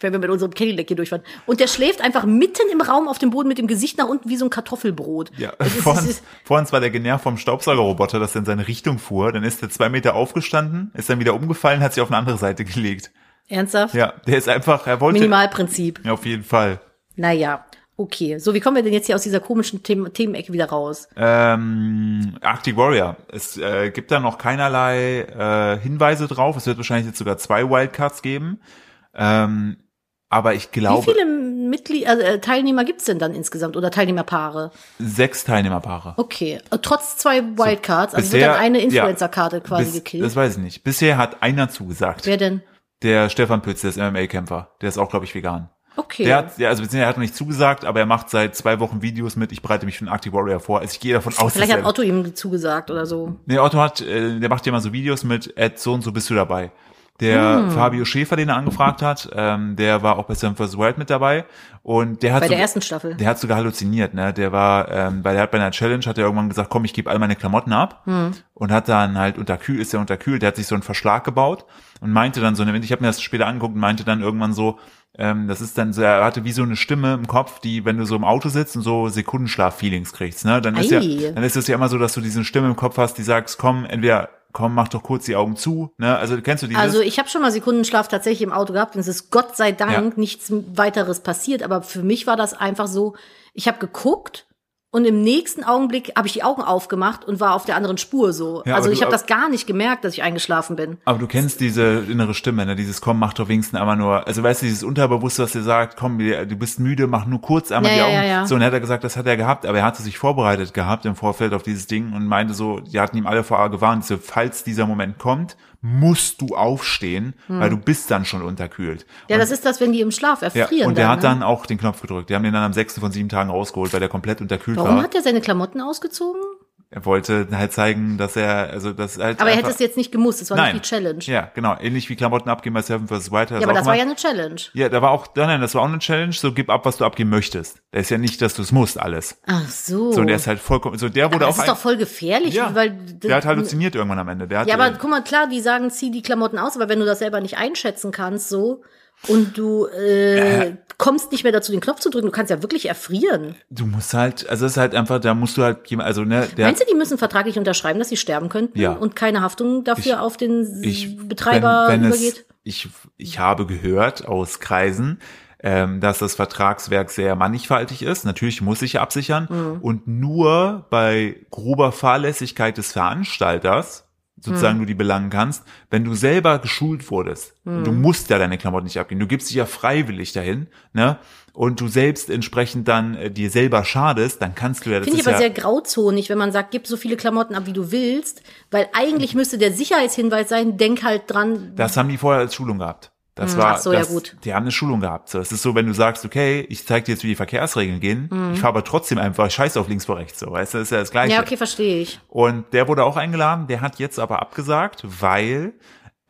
S2: wenn wir mit unserem Cadillac hier durchfahren. Und der schläft einfach mitten im Raum auf dem Boden mit dem Gesicht nach unten wie so ein Kartoffelbrot.
S1: Ja,
S2: Das ist,
S1: vor,
S2: das
S1: uns,
S2: ist,
S1: vor uns war der genervt vom Staubsaugerroboter, dass er in seine Richtung fuhr. Dann ist er zwei Meter aufgestanden, ist dann wieder umgefallen, hat sich auf eine andere Seite gelegt.
S2: ernsthaft?
S1: Ja, der ist einfach, er wollte.
S2: Minimalprinzip.
S1: Ja, auf jeden Fall.
S2: Naja, okay. So, wie kommen wir denn jetzt hier aus dieser komischen Them Themenecke wieder raus?
S1: Ähm, Arctic Warrior. Es äh, gibt da noch keinerlei äh, Hinweise drauf. Es wird wahrscheinlich jetzt sogar zwei Wildcards geben. Ähm, aber ich
S2: Wie
S1: glaube,
S2: viele Mitglied also, äh, Teilnehmer gibt's denn dann insgesamt oder Teilnehmerpaare?
S1: sechs Teilnehmerpaare.
S2: Okay, Äh, trotz zwei Wildcards, also
S1: bisher-
S2: wird dann eine
S1: ja.
S2: Influencer-Karte quasi
S1: Bis, das
S2: gekillt.
S1: weiß ich nicht. Bisher hat einer zugesagt.
S2: Wer denn?
S1: Der Stefan Pütz, der ist MMA-Kämpfer. Der ist auch, glaube ich, vegan.
S2: Okay.
S1: Der hat, der, also beziehungsweise er hat noch nicht zugesagt, aber er macht seit zwei Wochen Videos mit, ich bereite mich für den Arctic Warrior vor. Also ich gehe davon aus,
S2: Vielleicht
S1: dass
S2: hat
S1: er,
S2: Otto ihm zugesagt oder so.
S1: nee, Otto hat, äh, der macht ja mal so Videos mit, Ed, so und so bist du dabei. Der
S2: Hm.
S1: Fabio Schäfer, den er angefragt hat, ähm, der war auch bei Sam vs. World mit dabei. Und Also der hat
S2: Bei
S1: so,
S2: der ersten Staffel.
S1: der hat sogar halluziniert, ne? Der war, ähm, weil der hat bei einer Challenge hat er irgendwann gesagt, komm, ich gebe all meine Klamotten ab
S2: Hm.
S1: und hat dann halt unterkühlt, ist er unterkühlt, der hat sich so einen Verschlag gebaut und meinte dann so, ne, ich habe mir das später angeguckt und meinte dann irgendwann so, ähm, das ist dann so, er hatte wie so eine Stimme im Kopf, die, wenn du so im Auto sitzt und so Sekundenschlaf-Feelings kriegst, ne? Dann ist ja,
S2: Ei.
S1: dann ist es ja immer so, dass du diese Stimme im Kopf hast, die sagst, komm, entweder komm, mach doch kurz die Augen zu, ne? Also kennst du dieses?
S2: Also ich habe schon mal Sekundenschlaf tatsächlich im Auto gehabt und es ist Gott sei Dank
S1: Ja.
S2: nichts weiteres passiert, aber für mich war das einfach so, ich habe geguckt und im nächsten Augenblick habe ich die Augen aufgemacht und war auf der anderen Spur so.
S1: Ja, aber
S2: also
S1: du-
S2: ich habe das gar nicht gemerkt, dass ich eingeschlafen bin.
S1: Aber du kennst diese innere Stimme, ne? dieses Komm, mach doch wenigstens einmal nur, also weißt du, dieses Unterbewusste, was dir sagt, komm, wir- du bist müde, mach nur kurz einmal
S2: Ja,
S1: die
S2: ja,
S1: Augen.
S2: ja, ja.
S1: So, und er hat er gesagt, das hat er gehabt, aber er hatte sich vorbereitet gehabt im Vorfeld auf dieses Ding und meinte so, die hatten ihm alle vorher gewarnt, so, falls dieser Moment kommt, musst du aufstehen, weil du bist dann schon unterkühlt.
S2: Ja, das Hm. ist das, wenn die im Schlaf
S1: Ja,
S2: erfrieren.
S1: und der hat
S2: ne?
S1: dann auch den Knopf gedrückt. Die haben den dann am sechsten von sieben Tagen rausgeholt, weil der komplett unterkühlt
S2: Warum
S1: war.
S2: hat er seine Klamotten ausgezogen?
S1: Er wollte halt zeigen, dass er, also das halt.
S2: Aber er
S1: einfach-
S2: hätte es jetzt nicht gemusst, es war
S1: Nein.
S2: nicht die Challenge.
S1: Ja, genau. Ähnlich wie Klamotten abgeben bei Seven vs. White.
S2: Ja, aber das war ja eine Challenge.
S1: Ja, da war auch, nein, nein, das war auch eine Challenge, so gib ab, was du abgeben möchtest. Da ist ja nicht, dass du es musst, alles.
S2: Ach so.
S1: So, der ist halt vollkommen, so der wurde auch
S2: Oh. aber das ist
S1: ein-
S2: doch voll gefährlich,
S1: ja,
S2: weil
S1: der hat halt halluziniert irgendwann am Ende. Der hat,
S2: Ja, aber
S1: äh,
S2: guck mal, klar, die sagen, zieh die Klamotten aus, aber wenn du das selber nicht einschätzen kannst, so und du äh, kommst nicht mehr dazu, den Knopf zu drücken, du kannst ja wirklich erfrieren.
S1: du musst halt, also das ist halt einfach, da musst du halt jemand, also, ne, der,
S2: Meinst du, die müssen vertraglich unterschreiben, dass sie sterben könnten
S1: Ja.
S2: und keine Haftung dafür
S1: Ich-
S2: auf den
S1: ich,
S2: Hm, Betreiber
S1: wenn, wenn
S2: übergeht?
S1: Es, ich, ich habe gehört aus Kreisen, ähm, dass das Vertragswerk sehr mannigfaltig ist. Natürlich muss sich absichern.
S2: Hm.
S1: Und nur bei grober Fahrlässigkeit des Veranstalters
S2: Hm.
S1: sozusagen du die belangen kannst, wenn du selber geschult wurdest.
S2: Hm.
S1: Und Du musst ja deine Klamotten nicht abgeben. Du gibst dich ja freiwillig dahin, ne? Und du selbst entsprechend dann äh, dir selber schadest, dann kannst du ja das
S2: Finde
S1: ist
S2: ich aber
S1: ja,
S2: sehr grauzonig, wenn man sagt, gib so viele Klamotten ab, wie du willst, weil eigentlich müsste der Sicherheitshinweis sein, denk halt dran,
S1: Das haben die vorher als Schulung gehabt. Das war,
S2: Hm, ach so, ja
S1: das,
S2: gut.
S1: die haben eine Schulung gehabt. So, es ist so, wenn du sagst, okay, ich zeig dir jetzt, wie die Verkehrsregeln gehen,
S2: Hm.
S1: ich fahre aber trotzdem einfach scheiß auf links vor rechts, so, weißt du, das ist ja das Gleiche.
S2: Ja, okay, verstehe ich.
S1: Und der wurde auch eingeladen, der hat jetzt aber abgesagt, weil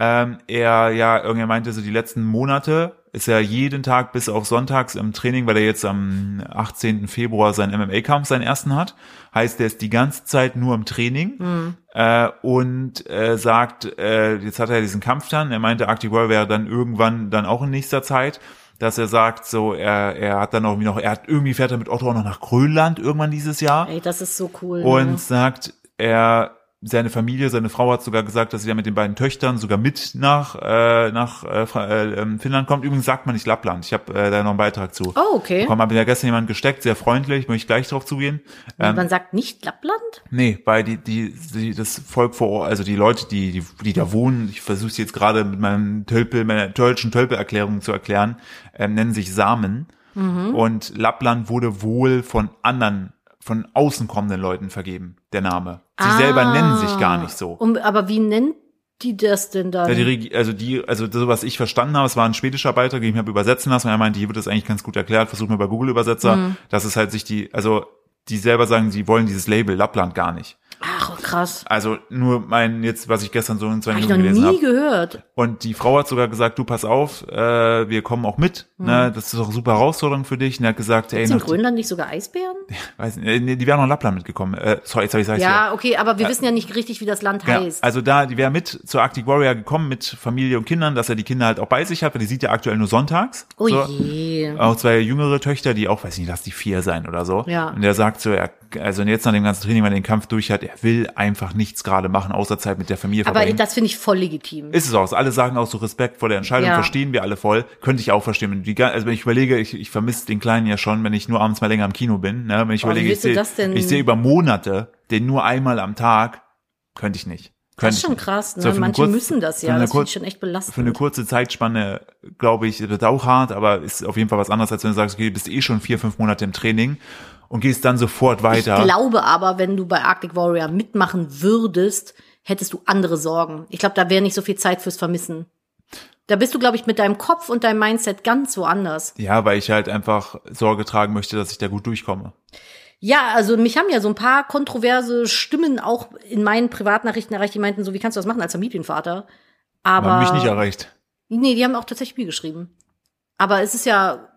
S1: ähm, er ja, irgendwer meinte so die letzten Monate ist er jeden Tag bis auf sonntags im Training, weil er jetzt am 18. Februar seinen MMA-Kampf, seinen ersten hat. Heißt, er ist die ganze Zeit nur im Training äh, und äh, sagt, äh, jetzt hat er diesen Kampf dann. Er meinte, Arctic World wäre dann irgendwann dann auch in nächster Zeit, dass er sagt, so er, er hat dann auch irgendwie noch, er hat irgendwie fährt er mit Otto auch noch nach Grönland irgendwann dieses Jahr
S2: Ey, das ist so cool.
S1: und
S2: ne?
S1: sagt, er seine Familie, seine Frau hat sogar gesagt, dass sie ja mit den beiden Töchtern sogar mit nach äh, nach äh, Fra- äh, ähm, Finnland kommt. Übrigens sagt man nicht Lappland. Ich habe äh, da noch einen Beitrag zu.
S2: Oh, okay.
S1: Bekommen habe ja gestern jemand gesteckt, sehr freundlich, möchte ich gleich drauf zugehen. Ähm,
S2: Man sagt nicht Lappland?
S1: nee, weil die, die die das Volk vor Ort, also die Leute, die die, die da wohnen, ich versuche jetzt gerade mit meinem Tölpel, meiner deutschen Tölpelerklärung zu erklären, ähm, nennen sich Samen. Und Lappland wurde wohl von anderen von außen kommenden Leuten vergeben, der Name. Sie
S2: Ah.
S1: selber nennen sich gar nicht so.
S2: Um, aber wie nennt die das denn dann?
S1: Ja, die Regi also die, also das, was ich verstanden habe, es war ein schwedischer Beitrag, den ich mir habe übersetzen lassen, weil er meinte, hier wird das eigentlich ganz gut erklärt, versuch mal bei Google Übersetzer, dass es halt sich die, also die selber sagen, sie wollen dieses Label Lappland gar nicht.
S2: Ach, oh, krass.
S1: Also nur mein, jetzt, was ich gestern so in zwei
S2: Habe ich noch
S1: Minuten gelesen
S2: nie
S1: habe.
S2: gehört.
S1: Und die Frau hat sogar gesagt, du pass auf, äh, wir kommen auch mit,
S2: Hm.
S1: ne, das ist doch eine super Herausforderung für dich. Und er hat gesagt, ey,
S2: Ist in
S1: nach,
S2: Grönland nicht sogar Eisbären?
S1: weiß nicht, äh, nee, die wären noch Lappland mitgekommen. Äh, sorry, sorry, sorry. sorry.
S2: Ja, okay, aber wir wissen ja nicht richtig, wie das Land
S1: Ja,
S2: heißt.
S1: also da, die wäre mit zur Arctic Warrior gekommen mit Familie und Kindern, dass er die Kinder halt auch bei sich hat, weil die sieht er aktuell nur sonntags.
S2: oh
S1: so.
S2: je.
S1: Auch zwei jüngere Töchter, die auch, weiß nicht, lass die vier sein oder so.
S2: Ja.
S1: Und der sagt so, er, also jetzt nach dem ganzen Training, wenn er den Kampf durch hat, er will einfach nichts gerade machen, außer Zeit mit der Familie
S2: Aber
S1: verbringen.
S2: das finde ich voll legitim.
S1: ist es auch. Alle sagen auch so respektvolle Entscheidung,
S2: Ja.
S1: verstehen wir alle voll. Könnte ich auch verstehen. Wenn die, ga- also wenn ich überlege, ich, ich vermisse den Kleinen ja schon, wenn ich nur abends mal länger im Kino bin. Ne? Wenn ich
S2: Boah, Oh, wie
S1: überlege, ich
S2: willst du
S1: sehe
S2: das denn-
S1: ich sehe über Monate den nur einmal am Tag, könnte ich nicht. Könnte
S2: das ist
S1: ich
S2: schon
S1: nicht.
S2: krass, ne?
S1: So, für eine
S2: Manche
S1: kurz-
S2: müssen das
S1: für
S2: ja.
S1: eine
S2: Das finde
S1: kurz-
S2: ich schon echt
S1: für eine
S2: belastend.
S1: kurze Zeitspanne, glaube ich, wird auch hart, aber ist auf jeden Fall was anderes, als wenn du sagst, okay, du bist eh schon vier, fünf Monate im Training und gehst dann sofort
S2: Ich
S1: weiter.
S2: glaube aber, wenn du bei Arctic Warrior mitmachen würdest, hättest du andere Sorgen. Ich glaube, da wäre nicht so viel Zeit fürs Vermissen. Da bist du, glaube ich, mit deinem Kopf und deinem Mindset ganz woanders.
S1: ja, weil ich halt einfach Sorge tragen möchte, dass ich da gut durchkomme.
S2: Ja, also mich haben ja so ein paar kontroverse Stimmen auch in meinen Privatnachrichten erreicht, die meinten so, wie kannst du das machen als Familienvater? Aber
S1: Aber mich nicht erreicht.
S2: Nee, die haben auch tatsächlich mir geschrieben. Aber es ist ja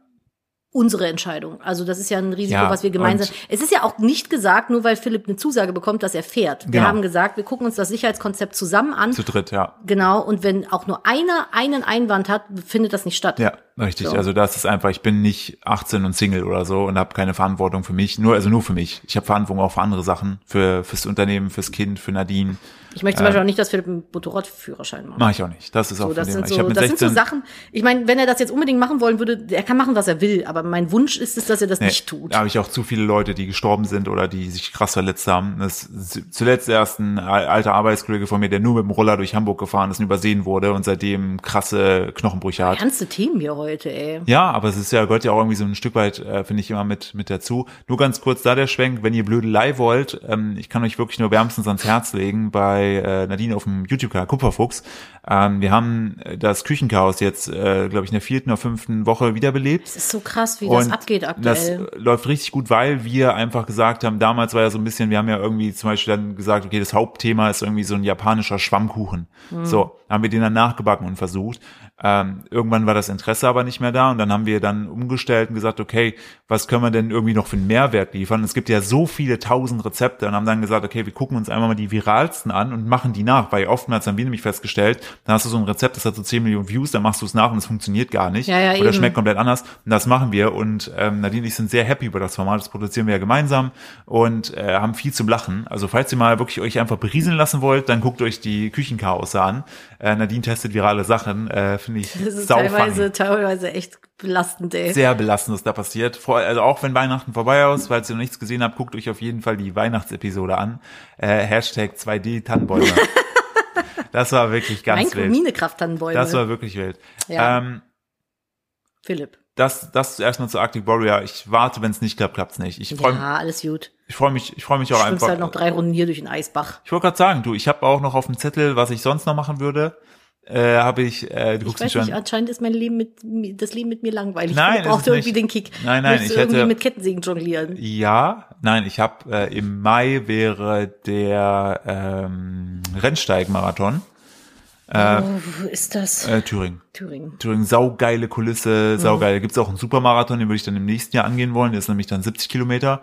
S2: unsere Entscheidung. Also das ist ja ein Risiko,
S1: Ja,
S2: was wir gemeinsam.
S1: und-
S2: Es ist ja auch nicht gesagt, nur weil Philipp eine Zusage bekommt, dass er fährt. Wir
S1: Genau.
S2: haben gesagt, wir gucken uns das Sicherheitskonzept zusammen an.
S1: Zu dritt, ja.
S2: genau, und wenn auch nur einer einen Einwand hat, findet das nicht statt.
S1: Ja, richtig.
S2: So.
S1: Also das ist einfach, ich bin nicht 18 und Single oder so und habe keine Verantwortung für mich. Nur, also nur für mich. Ich habe Verantwortung auch für andere Sachen. Für fürs Unternehmen, fürs Kind, für Nadine.
S2: Ich möchte zum Beispiel auch nicht, dass Philipp einen Motorradführerschein macht.
S1: Mache ich auch nicht. Das ist auch
S2: So,
S1: von
S2: das
S1: dem.
S2: sind
S1: ich hab
S2: so,
S1: mit
S2: das sind so
S1: 16
S2: Sachen. Ich meine, wenn er das jetzt unbedingt machen wollen würde, er kann machen, was er will. Aber mein Wunsch ist es, dass er das
S1: Nee,
S2: nicht tut.
S1: Da habe ich auch zu viele Leute, die gestorben sind oder die sich krass verletzt haben. Das ist zuletzt erst ein al- alter Arbeitskollege von mir, der nur mit dem Roller durch Hamburg gefahren ist und übersehen wurde und seitdem krasse Knochenbrüche hat.
S2: Ernste Themen hier heute, ey.
S1: Ja, aber es ist ja, gehört ja auch irgendwie so ein Stück weit, äh, finde ich immer mit, mit dazu. Nur ganz kurz da der Schwenk, wenn ihr Blödelei wollt, ähm, ich kann euch wirklich nur wärmstens ans Herz legen bei äh, Nadine auf dem YouTube-Kanal Kupferfuchs. Ähm, wir haben äh, das Küchenchaos jetzt, äh, glaube ich, in der vierten oder fünften Woche wiederbelebt.
S2: Es ist so krass, wie das
S1: Und
S2: abgeht
S1: Das
S2: aktuell.
S1: äh, läuft richtig gut, weil wir einfach gesagt haben, damals war ja so ein bisschen, wir haben ja irgendwie zum Beispiel dann gesagt, okay, das Hauptthema ist irgendwie so ein japanischer Schwammkuchen.
S2: Hm.
S1: So, haben wir den dann nachgebacken und versucht. Ähm, irgendwann war das Interesse aber nicht mehr da und dann haben wir dann umgestellt und gesagt, okay, was können wir denn irgendwie noch für einen Mehrwert liefern? Es gibt ja so viele tausend Rezepte und haben dann gesagt, okay, wir gucken uns einmal mal die viralsten an und machen die nach, weil oftmals haben wir nämlich festgestellt, dann hast du so ein Rezept, das hat so 10 Millionen Views, dann machst du es nach und es funktioniert gar nicht
S2: Ja, ja,
S1: oder
S2: eben.
S1: schmeckt komplett anders. Und das machen wir. Und ähm, Nadine und ich sind sehr happy über das Format. Das produzieren wir ja gemeinsam und äh, haben viel zum Lachen. Also falls ihr mal wirklich euch einfach berieseln lassen wollt, dann guckt euch die Küchenchaos an. Äh, Nadine testet virale Sachen. Äh, Finde ich
S2: Das ist
S1: sau funny.
S2: teilweise, teilweise echt belastend, ey.
S1: Sehr belastend, was da passiert. Vor, also auch wenn Weihnachten vorbei ist, falls ihr noch nichts gesehen habt, guckt euch auf jeden Fall die Weihnachtsepisode an. Äh, Hashtag
S2: [laughs]
S1: 2D-Tannenbäume. das war wirklich ganz
S2: Mein
S1: wild.
S2: Minekrafttannenbäume.
S1: Das war wirklich wild.
S2: Ja.
S1: Ähm,
S2: Philipp.
S1: das, das erstmal zu Arctic Warrior. Ich warte, wenn es nicht klappt, klappt's nicht. Ich freue
S2: Ja, alles gut.
S1: ich freu mich, ich freue mich
S2: Du
S1: auch
S2: schwimmst
S1: einfach.
S2: halt noch drei Runden hier durch den Eisbach.
S1: ich wollte gerade sagen, du, ich habe auch noch auf dem Zettel, was ich sonst noch machen würde. Äh, habe ich, äh, du
S2: Ich
S1: guckst mich
S2: weiß
S1: schon.
S2: nicht, anscheinend ist mein Leben mit, mi- das Leben mit mir langweilig.
S1: Nein,
S2: Philipp
S1: ist
S2: brauchte
S1: es
S2: irgendwie den
S1: nicht.
S2: Kick.
S1: Nein, nein,
S2: Möchtest
S1: ich
S2: du irgendwie
S1: hätte-
S2: mit Kettensägen jonglieren.
S1: ja, nein, ich habe äh, im Mai wäre der ähm, Rennsteigmarathon.
S2: Wo ist das?
S1: Äh, Thüringen.
S2: Thüringen.
S1: Thüringen, saugeile Kulisse,
S2: Mhm.
S1: saugeil. Gibt's auch einen Supermarathon, den würde ich dann im nächsten Jahr angehen wollen. Der ist nämlich dann 70 Kilometer.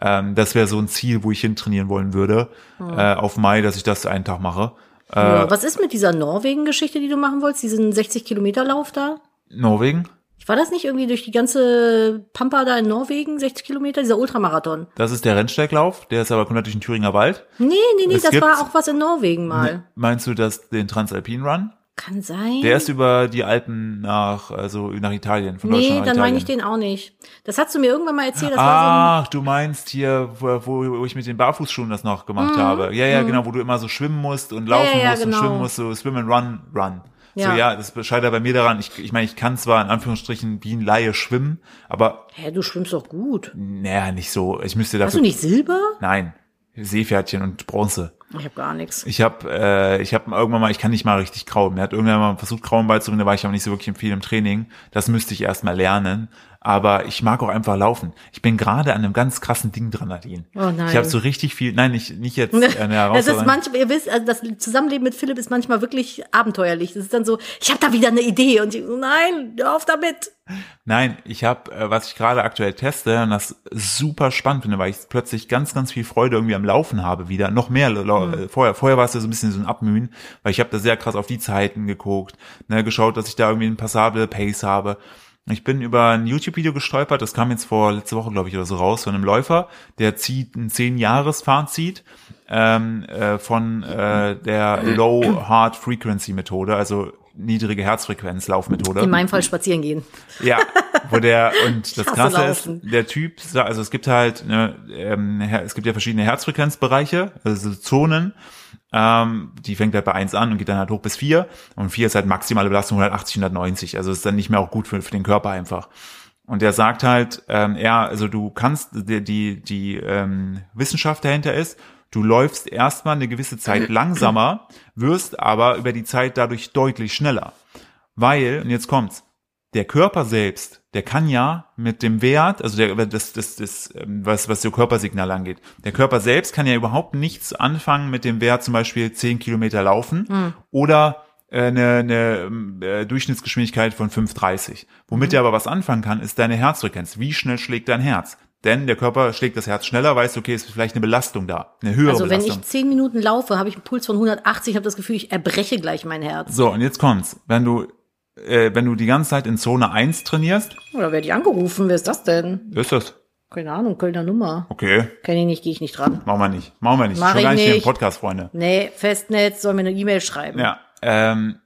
S1: Ähm, das wäre so ein Ziel, wo ich hin trainieren wollen würde,
S2: Mhm.
S1: äh, auf Mai, dass ich das einen Tag mache. Äh,
S2: Ja, was ist mit dieser Norwegen-Geschichte, die du machen wolltest? Diesen 60-Kilometer-Lauf da?
S1: Norwegen?
S2: War das nicht irgendwie durch die ganze Pampa da in Norwegen, 60 Kilometer, dieser Ultramarathon?
S1: Das ist der Rennsteiglauf, der ist aber komplett durch den Thüringer Wald.
S2: Nee, nee, nee,
S1: Es
S2: das
S1: gibt's-
S2: war auch was in Norwegen mal.
S1: Meinst du das den Transalpin Run?
S2: Kann sein.
S1: Der ist über die Alpen nach, also nach Italien, von
S2: nee,
S1: Deutschland nach
S2: dann
S1: Italien. Ah.
S2: meine ich den auch nicht. Das hast du mir irgendwann mal erzählt, das war
S1: Ach, du meinst hier, wo, wo ich mit den Barfußschuhen das noch gemacht habe. Ja, ja, genau, wo du immer so schwimmen musst und laufen
S2: Mhm. ja, ja,
S1: musst
S2: genau.
S1: und schwimmen musst, so swim and run, run. So,
S2: Ja.
S1: ja, das scheitert bei mir daran. Ich, ich meine, ich kann zwar in Anführungsstrichen wie ein Laie schwimmen, aber
S2: so ein. Hä, du schwimmst doch gut.
S1: naja, nicht so. Ich müsste
S2: Hast du
S1: dafür.
S2: nicht Silber?
S1: Nein. Seepferdchen und Bronze.
S2: Ich habe gar nichts.
S1: Ich habe äh, ich hab irgendwann mal, ich kann nicht mal richtig krauen. Mir hat irgendwann mal versucht, krauen beizubringen, da war ich aber nicht so wirklich viel im Training. Das müsste ich erst mal lernen. Aber ich mag auch einfach laufen. Ich bin gerade an einem ganz krassen Ding dran, Nadine.
S2: Oh nein.
S1: Ich habe so richtig viel, nein, nicht, nicht
S2: [laughs]
S1: jetzt eine
S2: Das ist
S1: Herausforderung.
S2: manchmal, ihr wisst, also das Zusammenleben mit Philipp ist manchmal wirklich abenteuerlich. Das ist dann so, ich habe da wieder eine Idee und ich, so, nein, hör auf damit.
S1: Nein, ich habe, äh, was ich gerade aktuell teste und das super spannend finde, weil ich plötzlich ganz, ganz viel Freude irgendwie am Laufen habe wieder. Noch mehr
S2: Mhm.
S1: lau- äh, vorher. Vorher war es ja so ein bisschen so ein Abmühen, weil ich habe da sehr krass auf die Zeiten geguckt, ne, geschaut, dass ich da irgendwie ein passable Pace habe. Ich bin über ein YouTube-Video gestolpert, das kam jetzt vor letzte Woche, glaube ich, oder so raus, von einem Läufer, der zieht ein 10-Jahres-Fazit ähm, äh, von äh, der Low-Heart-Frequency-Methode, also niedrige Herzfrequenz-Laufmethode.
S2: In meinem Fall spazieren gehen.
S1: Ja, wo der und das
S2: hasse
S1: Krasse
S2: Laufen.
S1: ist, der Typ, sa- also es gibt halt, ne, ähm, her- es gibt ja verschiedene Herzfrequenzbereiche, also so Zonen. Ähm, die fängt halt bei 1 an und geht dann halt hoch bis 4. Und 4 ist halt maximale Belastung 180, 190. Also ist dann nicht mehr auch gut für, für den Körper einfach. Und der sagt halt, ähm, ja, also du kannst, die, die, die ähm, Wissenschaft dahinter ist, du läufst erstmal eine gewisse Zeit langsamer, wirst aber über die Zeit dadurch deutlich schneller. Weil, und jetzt kommt's, der Körper selbst, der kann ja mit dem Wert, also der, das, das, das, ähm, was, was so Körpersignal angeht, der Körper selbst kann ja überhaupt nichts anfangen mit dem Wert, zum Beispiel 10 Kilometer laufen
S2: Hm.
S1: oder äh, eine, eine ähm, äh, Durchschnittsgeschwindigkeit von 5,30.
S2: Mhm.
S1: Womit er aber was anfangen kann, ist deine Herzfrequenz. Wie schnell schlägt dein Herz? Denn der Körper schlägt das Herz schneller, weißt du, okay, ist vielleicht eine Belastung da, eine höhere
S2: Also wenn
S1: Belastung.
S2: ich zehn Minuten laufe, habe ich einen Puls von 180, habe das Gefühl, ich erbreche gleich mein Herz.
S1: so, und jetzt kommt's. Wenn du, äh, wenn du die ganze Zeit in Zone 1 trainierst,
S2: Oder werde ich angerufen? Wer ist das denn?
S1: ist das
S2: Keine Ahnung, Kölner Nummer.
S1: okay.
S2: Kenn ich nicht, gehe ich nicht dran.
S1: Machen wir nicht. Machen wir nicht.
S2: Mach
S1: Schon
S2: ich
S1: gar nicht hier im
S2: nicht.
S1: Podcast, Freunde.
S2: Nee, Festnetz soll mir eine E-Mail schreiben.
S1: Ja. Ähm,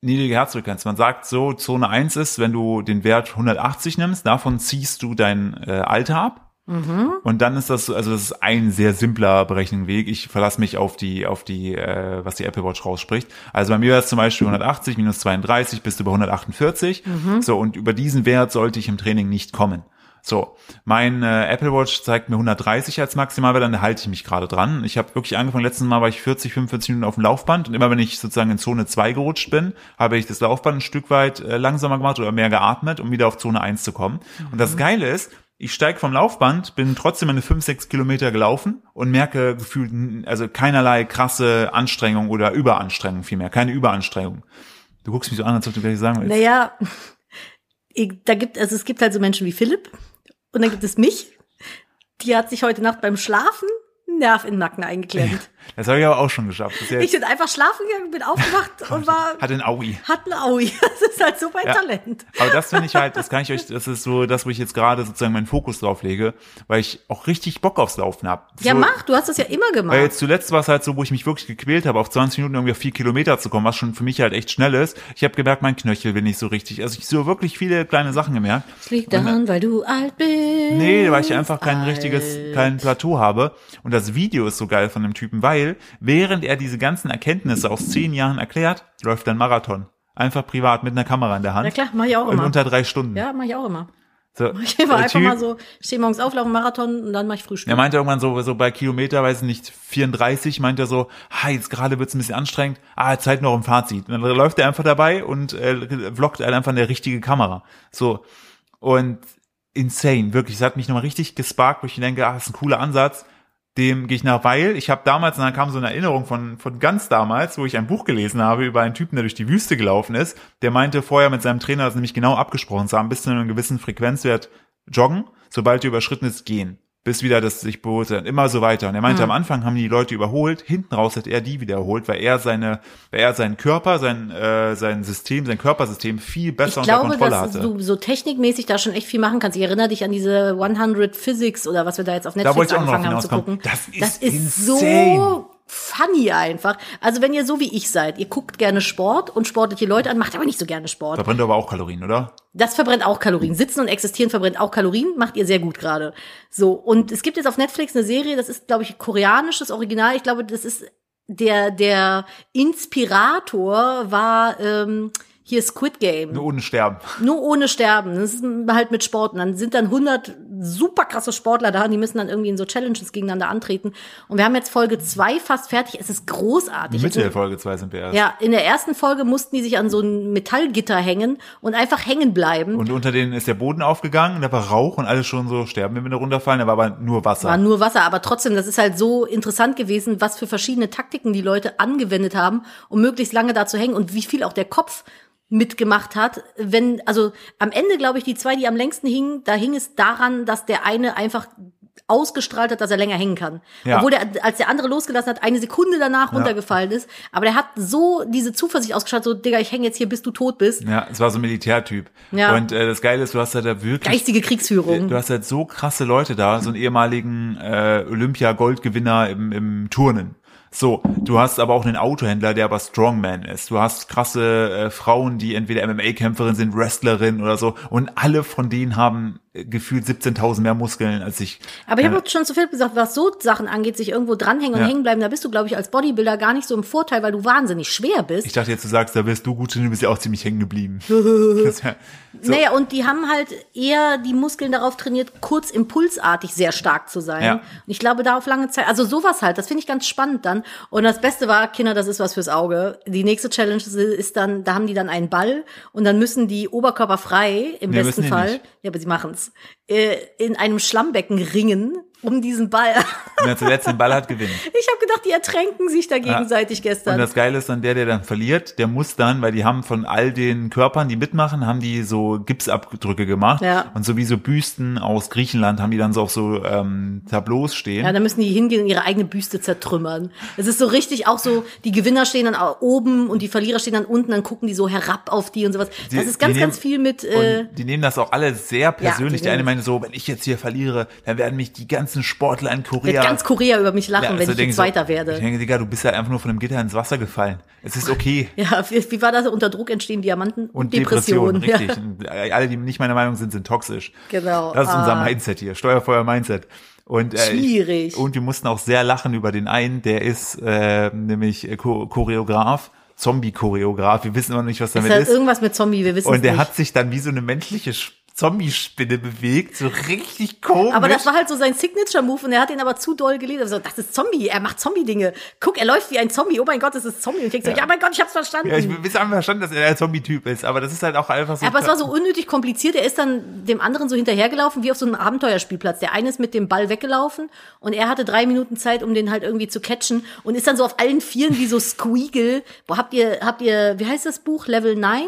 S1: niedrige Herzfrequenz. Man sagt so, Zone 1 ist, wenn du den Wert 180 nimmst, davon ziehst du dein äh, Alter ab. Und dann ist das, so- also das ist ein sehr simpler Berechnungsweg. Ich verlasse mich auf die, auf die, äh, was die Apple Watch rausspricht. Also bei mir wäre es zum Beispiel 180 minus 32 bist du bei 148. So, und über diesen Wert sollte ich im Training nicht kommen. So, mein äh, Apple Watch zeigt mir 130 als Maximalwert, dann halte ich mich gerade dran. Ich habe wirklich angefangen, letztes Mal war ich 40, 45 Minuten auf dem Laufband und immer wenn ich sozusagen in Zone 2 gerutscht bin, habe ich das Laufband ein Stück weit äh, langsamer gemacht oder mehr geatmet, um wieder auf Zone 1 zu kommen. Und das Geile ist, ich steige vom Laufband, bin trotzdem meine 5, 6 Kilometer gelaufen und merke gefühlt, n- also keinerlei krasse Anstrengung oder Überanstrengung vielmehr, keine Überanstrengung. Du guckst mich so an, als ob du gleich sagen willst.
S2: Naja, [laughs] ich, da gibt, also es gibt halt so Menschen wie Philipp und dann gibt es mich. Die hat sich heute Nacht beim Schlafen einen Nerv in den Nacken eingeklemmt.
S1: Das habe ich aber auch schon geschafft. Das ist ja
S2: Ich bin einfach schlafen gegangen,
S1: [laughs]
S2: bin aufgewacht und war,
S1: hat den Aui.
S2: hat ein Aui. [laughs] Das ist halt so mein
S1: Ja.
S2: Talent.
S1: Aber das finde ich halt, das kann ich euch, das ist so das, wo ich jetzt gerade sozusagen meinen Fokus drauf lege, weil ich auch richtig Bock aufs Laufen habe.
S2: Ja,
S1: so,
S2: mach, du hast das ja immer gemacht.
S1: Weil jetzt zuletzt war es halt so, wo ich mich wirklich gequält habe, auf 20 Minuten irgendwie auf 4 Kilometer zu kommen, was schon für mich halt echt schnell ist. Ich habe gemerkt, mein Knöchel will nicht so richtig. Also ich so wirklich viele kleine Sachen gemerkt.
S2: das liegt daran, weil du alt bist.
S1: Nee, weil ich einfach kein richtiges,
S2: Alt.
S1: kein Plateau habe. Und das Video ist so geil von dem Typen, weil während er diese ganzen Erkenntnisse aus zehn Jahren erklärt, läuft ein Marathon. Einfach privat mit einer Kamera in der Hand.
S2: Na klar, mach ich auch
S1: Und
S2: immer.
S1: unter drei Stunden.
S2: Ja, mach ich auch immer. [laughs]
S1: So,
S2: Ich gehe
S1: der
S2: einfach
S1: Typ-
S2: mal so, stehe morgens auf, laufe einen Marathon und dann mache ich Frühstück.
S1: Er meinte irgendwann so, so bei Kilometer, weiß nicht, 34, meint er so, ha, jetzt gerade wird's ein bisschen anstrengend, ah, Zeit noch im Fazit. Und dann läuft er einfach dabei und äh, vloggt halt einfach in der richtige Kamera. So. Und insane, wirklich. Es hat mich nochmal richtig gesparkt, wo ich denke, ah, das ist ein cooler Ansatz. dem Gegner, weil ich habe damals, und dann kam so eine Erinnerung von, von ganz damals, wo ich ein Buch gelesen habe über einen Typen, der durch die Wüste gelaufen ist, der meinte vorher mit seinem Trainer, das nämlich genau abgesprochen zu haben, bis zu einem gewissen Frequenzwert joggen, sobald du überschritten ist, gehen. Bis wieder das sich beholt hat. Immer so weiter. Und er
S2: Hm.
S1: meinte, am Anfang haben die Leute überholt, hinten raus hat er die wieder erholt, weil er seine, weil er seinen Körper, sein, äh, sein System, sein Körpersystem viel besser
S2: Ich
S1: unter
S2: glaube,
S1: Kontrolle
S2: dass
S1: hatte.
S2: du so technikmäßig da schon echt viel machen kannst. Ich erinnere dich an diese 100 Physics oder was wir da jetzt auf Netflix
S1: wollte ich auch noch
S2: angefangen haben zu
S1: hinauskommen.
S2: gucken.
S1: Das ist insane.
S2: so funny einfach. Also wenn ihr so wie ich seid, ihr guckt gerne Sport und sportliche Leute an, macht aber nicht so gerne Sport.
S1: Verbrennt aber auch Kalorien, oder?
S2: Das verbrennt auch Kalorien. Sitzen und existieren verbrennt auch Kalorien. Macht ihr sehr gut gerade. So. Und es gibt jetzt auf Netflix eine Serie, das ist, glaube ich, koreanisches Original. Ich glaube, das ist der, der Inspirator war, ähm, hier Squid Game.
S1: Nur ohne Sterben.
S2: Nur ohne Sterben. Das ist halt mit Sport. Und dann sind dann 100 super krasse Sportler da und die müssen dann irgendwie in so Challenges gegeneinander antreten. Und wir haben jetzt Folge zwei fast fertig. Es ist großartig.
S1: Mitte
S2: Also-
S1: der Folge 2 sind wir erst.
S2: ja, in der ersten Folge mussten die sich an so ein Metallgitter hängen und einfach hängen bleiben.
S1: Und unter denen ist der Boden aufgegangen, da war Rauch und alles schon so, sterben wir, wenn wir runterfallen, da war aber nur Wasser.
S2: war nur Wasser, aber trotzdem, das ist halt so interessant gewesen, was für verschiedene Taktiken die Leute angewendet haben, um möglichst lange da zu hängen und wie viel auch der Kopf mitgemacht hat, wenn, also am Ende, glaube ich, die zwei, die am längsten hingen, da hing es daran, dass der eine einfach ausgestrahlt hat, dass er länger hängen kann.
S1: Ja.
S2: Obwohl der, als der andere losgelassen hat, eine Sekunde danach runtergefallen ist. Aber der hat so diese Zuversicht ausgestrahlt, so, Digga, ich hänge jetzt hier, bis du tot bist.
S1: Ja, es war so ein Militärtyp.
S2: Ja.
S1: Und äh, das Geile ist, du hast halt da wirklich
S2: Geistige Kriegsführung.
S1: Du hast halt so krasse Leute da, so einen ehemaligen äh, Olympia-Goldgewinner im, im Turnen. So, du hast aber auch einen Autohändler, der aber Strongman ist. Du hast krasse äh, Frauen, die entweder MMA-Kämpferin sind, Wrestlerin oder so. Und alle von denen haben äh, gefühlt 17.000 mehr Muskeln als ich.
S2: Aber ich habe auch schon zu viel gesagt, was so Sachen angeht, sich irgendwo dranhängen und
S1: Ja.
S2: hängen bleiben, da bist du, glaube ich, als Bodybuilder gar nicht so im Vorteil, weil du wahnsinnig schwer bist.
S1: Ich dachte jetzt, du sagst, da bist du gut, drin, du bist ja auch ziemlich hängen geblieben. [laughs] Das wär-
S2: Naja, und die haben halt eher die Muskeln darauf trainiert, kurz impulsartig sehr stark zu sein.
S1: Ja.
S2: Und ich glaube, da auf lange Zeit, also sowas halt, das finde ich ganz spannend dann. Und das Beste war, Kinder, das ist was fürs Auge. Die nächste Challenge ist dann, da haben die dann einen Ball und dann müssen die Oberkörper frei, im
S1: Nee, müssen
S2: besten
S1: die
S2: Fall,
S1: nicht.
S2: ja, aber sie machen's, äh, in einem Schlammbecken ringen um diesen Ball.
S1: Wer zuletzt den Ball hat,
S2: [laughs]
S1: gewinnt.
S2: Ich habe gedacht, die ertränken sich da gegenseitig
S1: Und
S2: gestern.
S1: das Geile ist dann, der, der dann verliert, der muss dann, weil die haben von all den Körpern, die mitmachen, haben die so Gipsabdrücke gemacht.
S2: Ja.
S1: Und so wie so Büsten aus Griechenland haben die dann so auf so ähm, Tableaus stehen.
S2: ja, da müssen die hingehen und ihre eigene Büste zertrümmern. Es ist so richtig auch so, die Gewinner stehen dann au- oben und die Verlierer stehen dann unten, dann gucken die so herab auf die und sowas.
S1: Die-
S2: das ist ganz,
S1: die
S2: ganz
S1: nehmen-
S2: viel mit. Äh,
S1: und die nehmen das auch alle sehr persönlich.
S2: die
S1: der eine
S2: nehmen-
S1: meinte so, wenn ich jetzt hier verliere, dann werden mich die ganzen Sportler in
S2: wird
S1: Korea.
S2: ganz Korea über mich lachen,
S1: Ja,
S2: wenn
S1: also
S2: ich
S1: denke
S2: jetzt Zweiter
S1: so, Ich
S2: werde.
S1: denke, Digga, du bist halt einfach nur von einem Gitter ins Wasser gefallen. Es ist okay.
S2: Ja, wie, wie war das? Unter Druck entstehen Diamanten und, Depressionen.
S1: richtig.
S2: Ja.
S1: Und äh, Alle, die nicht meiner Meinung sind, sind toxisch.
S2: Genau.
S1: Das ist unser
S2: Ah.
S1: Mindset hier, Steuerfeuer-Mindset. Und, äh, ich-
S2: Schwierig.
S1: Und wir mussten auch sehr lachen über den einen, der ist äh, nämlich äh, Cho- Choreograf, Zombie-Choreograf. Wir wissen immer noch nicht, was
S2: Das
S1: damit
S2: ist halt
S1: ist.
S2: irgendwas mit Zombie, wir wissen es
S1: und der
S2: nicht.
S1: hat sich dann wie so eine menschliche Sch- Zombie-Spinne bewegt, so richtig komisch.
S2: Aber das war halt so sein Signature-Move und er hat ihn aber zu doll gelesen. Also, das ist Zombie, er macht Zombie-Dinge. Guck, er läuft wie ein Zombie. Oh mein Gott, das ist Zombie. Und ich denk so, ja. mein Gott, ich hab's verstanden.
S1: ja, ich bin einfach verstanden, dass er ein Zombie-Typ ist, aber das ist halt auch einfach so.
S2: aber es war so unnötig kompliziert. Er ist dann dem anderen so hinterhergelaufen, wie auf so einem Abenteuerspielplatz. Der eine ist mit dem Ball weggelaufen und er hatte drei Minuten Zeit, um den halt irgendwie zu catchen und ist dann so auf allen Vieren wie so Squeagle. Boah, habt ihr, habt ihr, wie heißt das Buch? Level 9?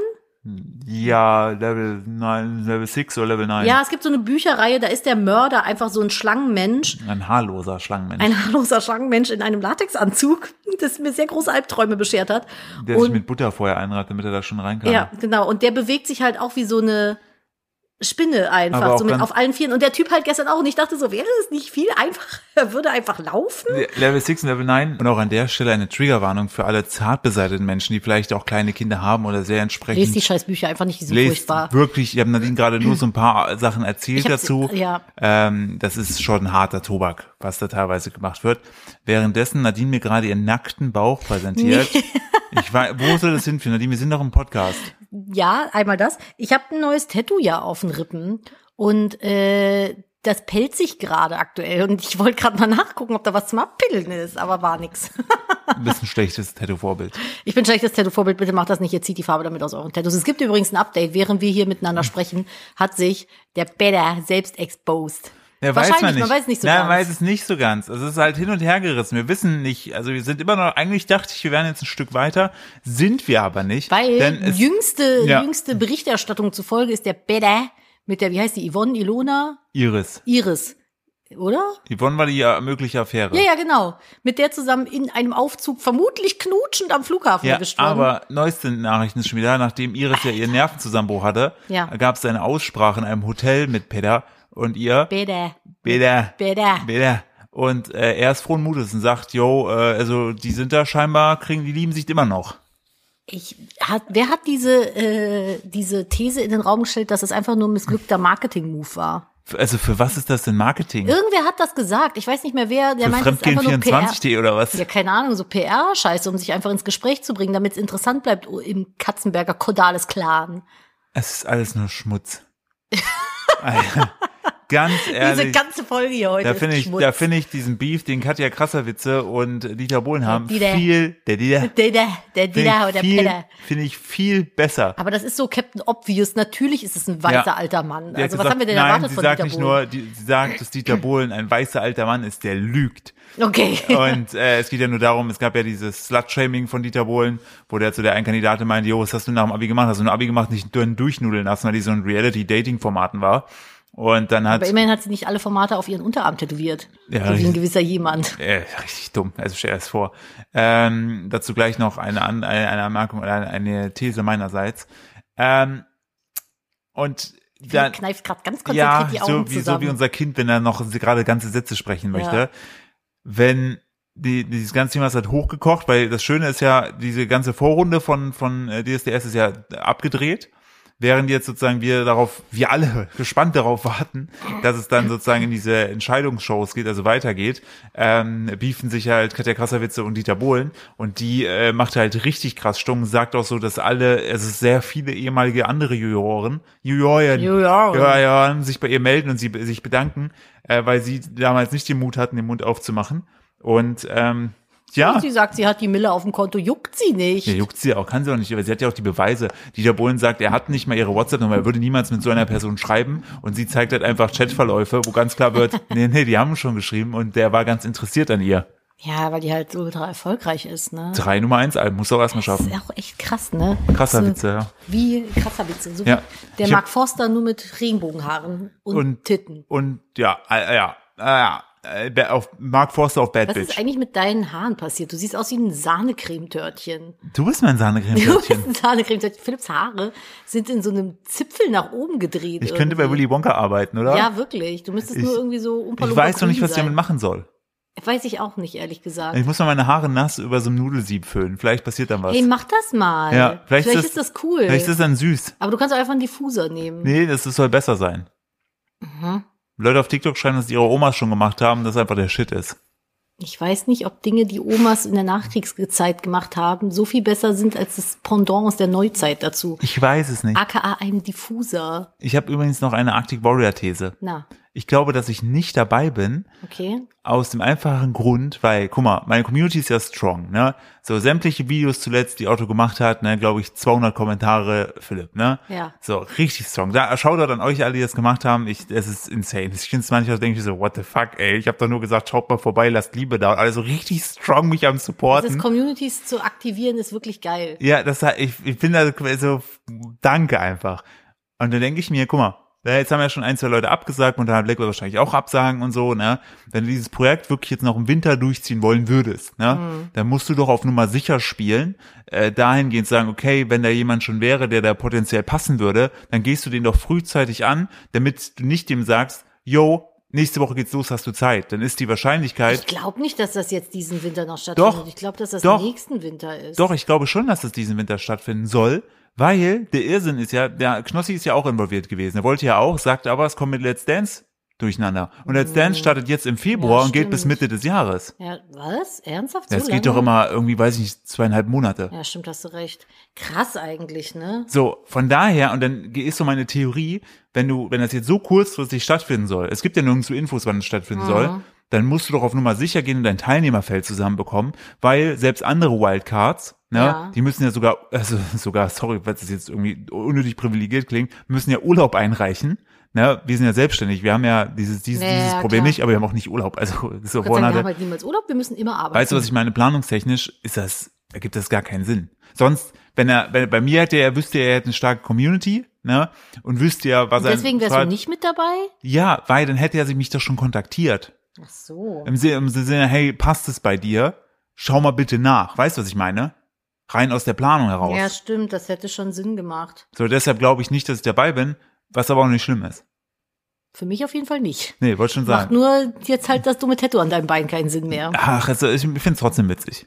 S1: ja, Level 9, Level 6 oder Level 9.
S2: Ja, es gibt so eine Bücherreihe, da ist der Mörder einfach so ein Schlangenmensch
S1: Ein haarloser Schlangenmensch.
S2: ein haarloser Schlangenmensch in einem Latexanzug, [laughs] das mir sehr große Albträume beschert hat.
S1: Der sich
S2: und,
S1: mit Butter vorher einreibt, damit er da schon rein kann.
S2: ja, genau. Und der bewegt sich halt auch wie so eine Spinne
S1: Aber
S2: einfach,
S1: auch
S2: so mit
S1: ganz-
S2: auf allen Vieren. Und der Typ halt gestern auch. Und ich dachte so, wäre es nicht viel einfacher, [laughs] er würde einfach laufen?
S1: Level 6 und Level 9. Und auch an der Stelle eine Triggerwarnung für alle zart beseiteten Menschen, die vielleicht auch kleine Kinder haben oder sehr entsprechend.
S2: Lest die scheiß Bücher einfach nicht, die sind
S1: Lest
S2: furchtbar.
S1: wirklich, ich habe Nadine gerade nur so ein paar Sachen erzählt
S2: Ich hab's-
S1: dazu.
S2: ja.
S1: Ähm, das ist schon harter Tobak, was da teilweise gemacht wird. Währenddessen Nadine mir gerade ihren nackten Bauch präsentiert.
S2: [laughs]
S1: Ich war, wo soll das hinführen? Nadine, wir sind doch im Podcast.
S2: Ja, einmal das. Ich habe ein neues Tattoo ja auf den Rippen und äh, das pellt sich gerade aktuell. Und ich wollte gerade mal nachgucken, ob da was zum Abpillen ist, aber war nix.
S1: Ein bisschen schlechtes Tattoo-Vorbild.
S2: Ich bin schlechtes Tattoo-Vorbild, bitte macht das nicht. Ihr zieht die Farbe damit aus euren Tattoos. Es gibt übrigens ein Update. Während wir hier miteinander sprechen, hat sich der Better selbst exposed.
S1: Ja,
S2: Wahrscheinlich,
S1: weiß man nicht.
S2: man weiß nicht so
S1: Nein,
S2: ganz.
S1: man weiß es nicht so ganz. Es ist halt hin und her gerissen. Wir wissen nicht, also wir sind immer noch, eigentlich dachte ich, wir wären jetzt ein Stück weiter, sind wir aber nicht.
S2: Weil
S1: denn es,
S2: jüngste,
S1: ja.
S2: jüngste Berichterstattung zufolge ist der Bäder mit der, wie heißt die, Yvonne, Ilona,
S1: Iris.
S2: Iris, oder?
S1: Yvonne war die äh, mögliche Affäre.
S2: Ja, ja, genau. Mit der zusammen in einem Aufzug vermutlich knutschend am Flughafen
S1: Ja,
S2: erwischt worden.
S1: aber neueste Nachrichten ist schon wieder, nachdem Iris ja ihren Nervenzusammenbruch hatte,
S2: Ja.
S1: gab es eine Aussprache in einem Hotel mit Peter und ihr.
S2: Bäder,
S1: Peter.
S2: Bäder.
S1: Peter. Und äh, er ist frohen Mutes und sagt, yo, äh, also die sind da scheinbar, kriegen, die lieben sich immer noch.
S2: Ich, hat, wer hat diese, äh, diese These in den Raum gestellt, dass es einfach nur ein missglückter Marketing-Move war?
S1: F- Also für was ist das denn Marketing?
S2: Irgendwer hat das gesagt. Ich weiß nicht mehr wer. Der
S1: Für
S2: meint, es ist einfach nur PR.
S1: Fremdgehen24.de oder was?
S2: Ja, keine Ahnung, so PR-Scheiße, um sich einfach ins Gespräch zu bringen, damit es interessant bleibt oh, im Katzenberger Kodales-Clan.
S1: Es ist alles nur
S2: [laughs]
S1: Schmutz. Alter, Ganz
S2: Diese
S1: ehrlich.
S2: ganze Folge hier heute
S1: da
S2: ist
S1: finde ich,
S2: Schmutz.
S1: da finde ich diesen Beef, den Katja Krasserwitze und Dieter Bohlen haben,
S2: Dieter.
S1: viel, der
S2: [laughs]
S1: Dieter,
S2: der, der, der, der,
S1: finde
S2: der
S1: ich viel,
S2: Pedder.
S1: finde ich viel besser.
S2: Aber das ist so Captain Obvious. Natürlich ist es ein weißer
S1: Ja.
S2: alter Mann.
S1: Der hat
S2: Also was
S1: gesagt,
S2: haben wir denn
S1: nein,
S2: erwartet
S1: sie
S2: von
S1: sagt
S2: Dieter
S1: nicht
S2: Bohlen?
S1: nur, die, sie sagt, dass Dieter Bohlen ein weißer alter Mann ist, der lügt. [laughs]
S2: okay.
S1: Und äh, es geht ja nur darum, es gab ja dieses Slut-Shaming von Dieter Bohlen, wo der zu der einen Kandidatin meinte, jo, was hast du nach dem Abi gemacht? Hast du ein Abi gemacht, nicht dünn durchnudeln lassen, weil die so ein Reality-Dating-Formaten war. Und dann hat,
S2: Aber immerhin hat sie nicht alle Formate auf ihren Unterarm tätowiert.
S1: Ja,
S2: so wie ein
S1: richtig.
S2: gewisser jemand.
S1: äh, richtig dumm, also stell dir das vor. Ähm, dazu gleich noch eine, An eine eine Anmerkung oder eine, eine These meinerseits. Ähm, und
S2: Der
S1: dann,
S2: kneift gerade ganz konzentriert
S1: ja,
S2: die Augen
S1: so wie, so
S2: zusammen.
S1: wie unser Kind, wenn er noch gerade ganze Sätze sprechen möchte. Wenn die, dieses ganze Thema ist halt hochgekocht, weil das Schöne ist ja, diese ganze Vorrunde von, von äh, DSDS ist ja abgedreht. Während jetzt sozusagen wir darauf, wir alle [laughs] gespannt darauf warten, dass es dann sozusagen in diese Entscheidungsshows geht, also weitergeht, ähm, beefen sich halt Katja Krasserwitze und Dieter Bohlen und die äh, macht halt richtig krass stumm, sagt auch so, dass alle, es ist sehr viele ehemalige andere Juroren, Juroren,
S2: Juroren.
S1: ja, Jahren sich bei ihr melden und sie be- sich bedanken, äh, weil sie damals nicht den Mut hatten, den Mund aufzumachen. Und ähm, ja,
S2: Sie sagt, sie hat die Mille auf dem Konto, juckt sie nicht.
S1: ja, juckt sie auch, kann sie auch nicht, aber sie hat ja auch die Beweise. Dieter Bohlen sagt, er hat nicht mal ihre WhatsApp-Nummer, er würde niemals mit so einer Person schreiben. Und sie zeigt halt einfach Chatverläufe, wo ganz klar
S2: [laughs]
S1: wird, nee, nee, die haben schon geschrieben und der war ganz interessiert an ihr.
S2: Ja, weil die halt so ultra erfolgreich ist, ne?
S1: Drei Nummer eins Alben, muss auch erstmal
S2: Das
S1: schaffen.
S2: ist auch echt krass, ne?
S1: Krasser
S2: So
S1: Witze, ja.
S2: Wie krasser Witze. So
S1: Ja.
S2: wie der
S1: Ich hab-
S2: Mark Forster nur mit Regenbogenhaaren und,
S1: Und-
S2: Titten.
S1: Und ja, äh, ja, äh, ja, äh, auf Mark Forster auf Bad
S2: Was ist
S1: Bitch.
S2: eigentlich mit deinen Haaren passiert? Du siehst aus wie ein Sahnecremetörtchen. [laughs]
S1: Du bist mein
S2: Du bist [laughs]
S1: Sahnecreme-Törtchen.
S2: ein Sahnecremetörtchen. Philipps Haare sind in so einem Zipfel nach oben gedreht.
S1: Ich könnte bei
S2: irgendwie.
S1: Willy Wonka arbeiten, oder?
S2: Ja, wirklich. Du müsstest
S1: Ich-
S2: nur irgendwie so Umpa
S1: Ich
S2: Lumpa
S1: weiß noch nicht,
S2: grün
S1: was ich
S2: sein.
S1: damit machen soll.
S2: Weiß ich auch nicht, ehrlich gesagt.
S1: Ich muss mal meine Haare nass über so einem Nudelsieb füllen. Vielleicht passiert dann was.
S2: Hey, mach das mal.
S1: Ja, vielleicht ist
S2: ist das cool.
S1: Vielleicht ist es dann süß.
S2: Aber du kannst auch einfach einen Diffuser nehmen.
S1: Nee, das soll besser sein.
S2: Mhm.
S1: Leute auf TikTok schreiben, dass ihre Omas schon gemacht haben, dass einfach der Shit ist.
S2: Ich weiß nicht, ob Dinge, die Omas in der Nachkriegszeit gemacht haben, so viel besser sind als das Pendant aus der Neuzeit dazu.
S1: Ich weiß es nicht.
S2: AKA einem Diffuser.
S1: Ich habe übrigens noch eine Arctic Warrior These.
S2: Na,
S1: Ich glaube, dass ich nicht dabei bin,
S2: okay.
S1: aus dem einfachen Grund, weil, guck mal, meine Community ist ja strong, ne? So sämtliche Videos zuletzt, die Otto gemacht hat, ne, glaube ich, 200 Kommentare, Philipp, ne?
S2: Ja.
S1: So, richtig strong. Da, Shoutout an euch alle, die das gemacht haben. Ich, es ist insane. Ich finde es manchmal, denke ich so, what the fuck, ey? Ich habe doch nur gesagt, schaut mal vorbei, lasst Liebe da. Also richtig strong mich am
S2: Das
S1: Supporten.
S2: Communities zu aktivieren ist wirklich geil.
S1: Ja, das hat- ich, ich bin da so, danke einfach. Und dann denke ich mir, guck mal, ja, jetzt haben ja schon ein, zwei Leute abgesagt und dann hat Black Whale wahrscheinlich auch absagen und so, ne? Wenn du dieses Projekt wirklich jetzt noch im Winter durchziehen wollen würdest, ne? Dann musst du doch auf Nummer sicher spielen, äh, dahingehend sagen, okay, wenn da jemand schon wäre, der da potenziell passen würde, dann gehst du den doch frühzeitig an, damit du nicht dem sagst, yo, nächste Woche geht's los, hast du Zeit. Dann ist die Wahrscheinlichkeit,
S2: Ich glaube nicht, dass das jetzt diesen Winter noch stattfindet.
S1: Doch.
S2: Ich glaube, dass das
S1: Doch.
S2: nächsten Winter ist.
S1: Doch, ich glaube schon, dass es diesen Winter stattfinden soll, weil der Irrsinn ist ja, der Knossi ist ja auch involviert gewesen. Er wollte ja auch, sagt aber, es kommt mit Let's Dance durcheinander. Und Let's Dance startet jetzt im Februar
S2: Mhm. Ja,
S1: und geht bis
S2: stimmt.
S1: Mitte des Jahres.
S2: Ja, was? Ernsthaft? So
S1: Das
S2: lange?
S1: geht doch immer irgendwie, weiß ich nicht, zweieinhalb Monate.
S2: Ja, stimmt, hast du recht. Krass eigentlich, ne?
S1: So, von daher, und dann ist so meine
S2: Mhm.
S1: Theorie, wenn du, wenn das jetzt so kurzfristig stattfinden soll, es gibt ja nirgendwo Infos, wann es stattfinden soll, dann musst du doch auf Nummer sicher gehen und dein Teilnehmerfeld zusammenbekommen, weil selbst andere Wildcards, ne,
S2: Ja.
S1: die müssen ja sogar, also [laughs] sogar, sorry, weil das jetzt irgendwie unnötig privilegiert klingt, müssen ja Urlaub einreichen. Ne, wir sind ja selbstständig, wir haben ja dieses, dieses,
S2: Ja, ja,
S1: dieses
S2: klar.
S1: Problem nicht, aber wir haben auch nicht Urlaub. Also [laughs] so
S2: Gott sei Dank, wir
S1: Monate.
S2: haben halt niemals Urlaub, wir müssen immer arbeiten.
S1: Weißt du, was ich meine? Planungstechnisch ist das, ergibt das gar keinen Sinn. Sonst, wenn er, wenn, bei mir hätte er, wüsste er, er hätte eine starke Community, ne? Und wüsste ja, was er.
S2: Deswegen wärst du nicht mit dabei?
S1: Ja, weil dann hätte er sich mich doch schon kontaktiert.
S2: Ach so.
S1: Im Sinne, im Sinne, hey, passt es bei dir? Schau mal bitte nach. Weißt du, was ich meine? Rein aus der Planung heraus.
S2: Ja, stimmt, das hätte schon Sinn gemacht.
S1: so, deshalb glaube ich nicht, dass ich dabei bin, was aber auch nicht schlimm ist.
S2: Für mich auf jeden Fall nicht.
S1: Nee, wollte schon
S2: Macht
S1: sagen.
S2: nur jetzt halt das dumme Tattoo an deinem Bein keinen Sinn mehr.
S1: Ach, also ich finde es trotzdem witzig.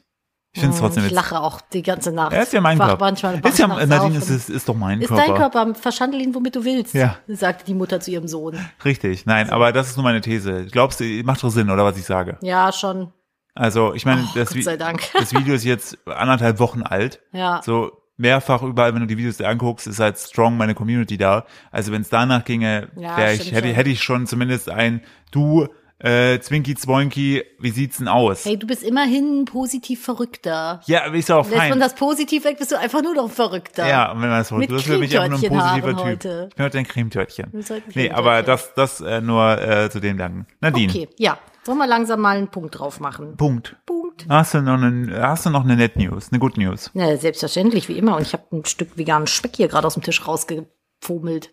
S1: Ich finde es
S2: Hm,
S1: trotzdem
S2: ich
S1: witzig.
S2: lache auch die ganze Nacht.
S1: Er ist ja mein
S2: Wach
S1: Körper.
S2: Manchmal, wach
S1: Ist ja,
S2: nachts
S1: Nadine,
S2: auf
S1: ist, ist, ist doch mein
S2: Ist
S1: Körper.
S2: dein Körper, verschandel ihn, womit du willst,
S1: Ja.
S2: sagte die Mutter zu ihrem Sohn.
S1: Richtig, nein, aber das ist nur meine These. Glaubst du, macht doch Sinn, oder was ich sage?
S2: Ja, schon.
S1: Also, ich meine,
S2: Oh,
S1: das,
S2: Gott
S1: Vi-
S2: sei Dank. [laughs]
S1: das Video ist jetzt anderthalb Wochen alt.
S2: Ja.
S1: So mehrfach überall, wenn du die Videos dir anguckst, ist halt strong meine Community da. Also, wenn es danach ginge,
S2: Ja,
S1: wär ich,
S2: stimmt
S1: hätte,
S2: schon.
S1: hätte ich schon zumindest ein Du, äh, Zwinky Zwoinky, wie sieht's denn aus?
S2: Hey, du bist immerhin ein positiv Verrückter.
S1: Ja, aber ist ja auch
S2: Lässt man
S1: fein.
S2: das positiv weg, bist du einfach nur noch ein Verrückter.
S1: Ja, und wenn man das wollte,
S2: Mit
S1: das wäre mich einfach nur ein positiver
S2: Cremetörtchen-Haaren
S1: Typ.
S2: heute.
S1: Ich bin heute ein Cremetörtchen.
S2: bist heute ein
S1: Nee, aber
S2: Cremetörtchen.
S1: das, das äh, nur äh, zu dem Danken. Nadine,
S2: Okay, ja. Sollen wir langsam mal einen Punkt drauf machen?
S1: Punkt.
S2: Punkt.
S1: Hast du noch einen, hast du noch eine Net News, eine Good
S2: [laughs]
S1: News?
S2: Na, selbstverständlich, wie immer. Und ich habe ein Stück veganen Speck hier gerade aus dem Tisch rausgefummelt.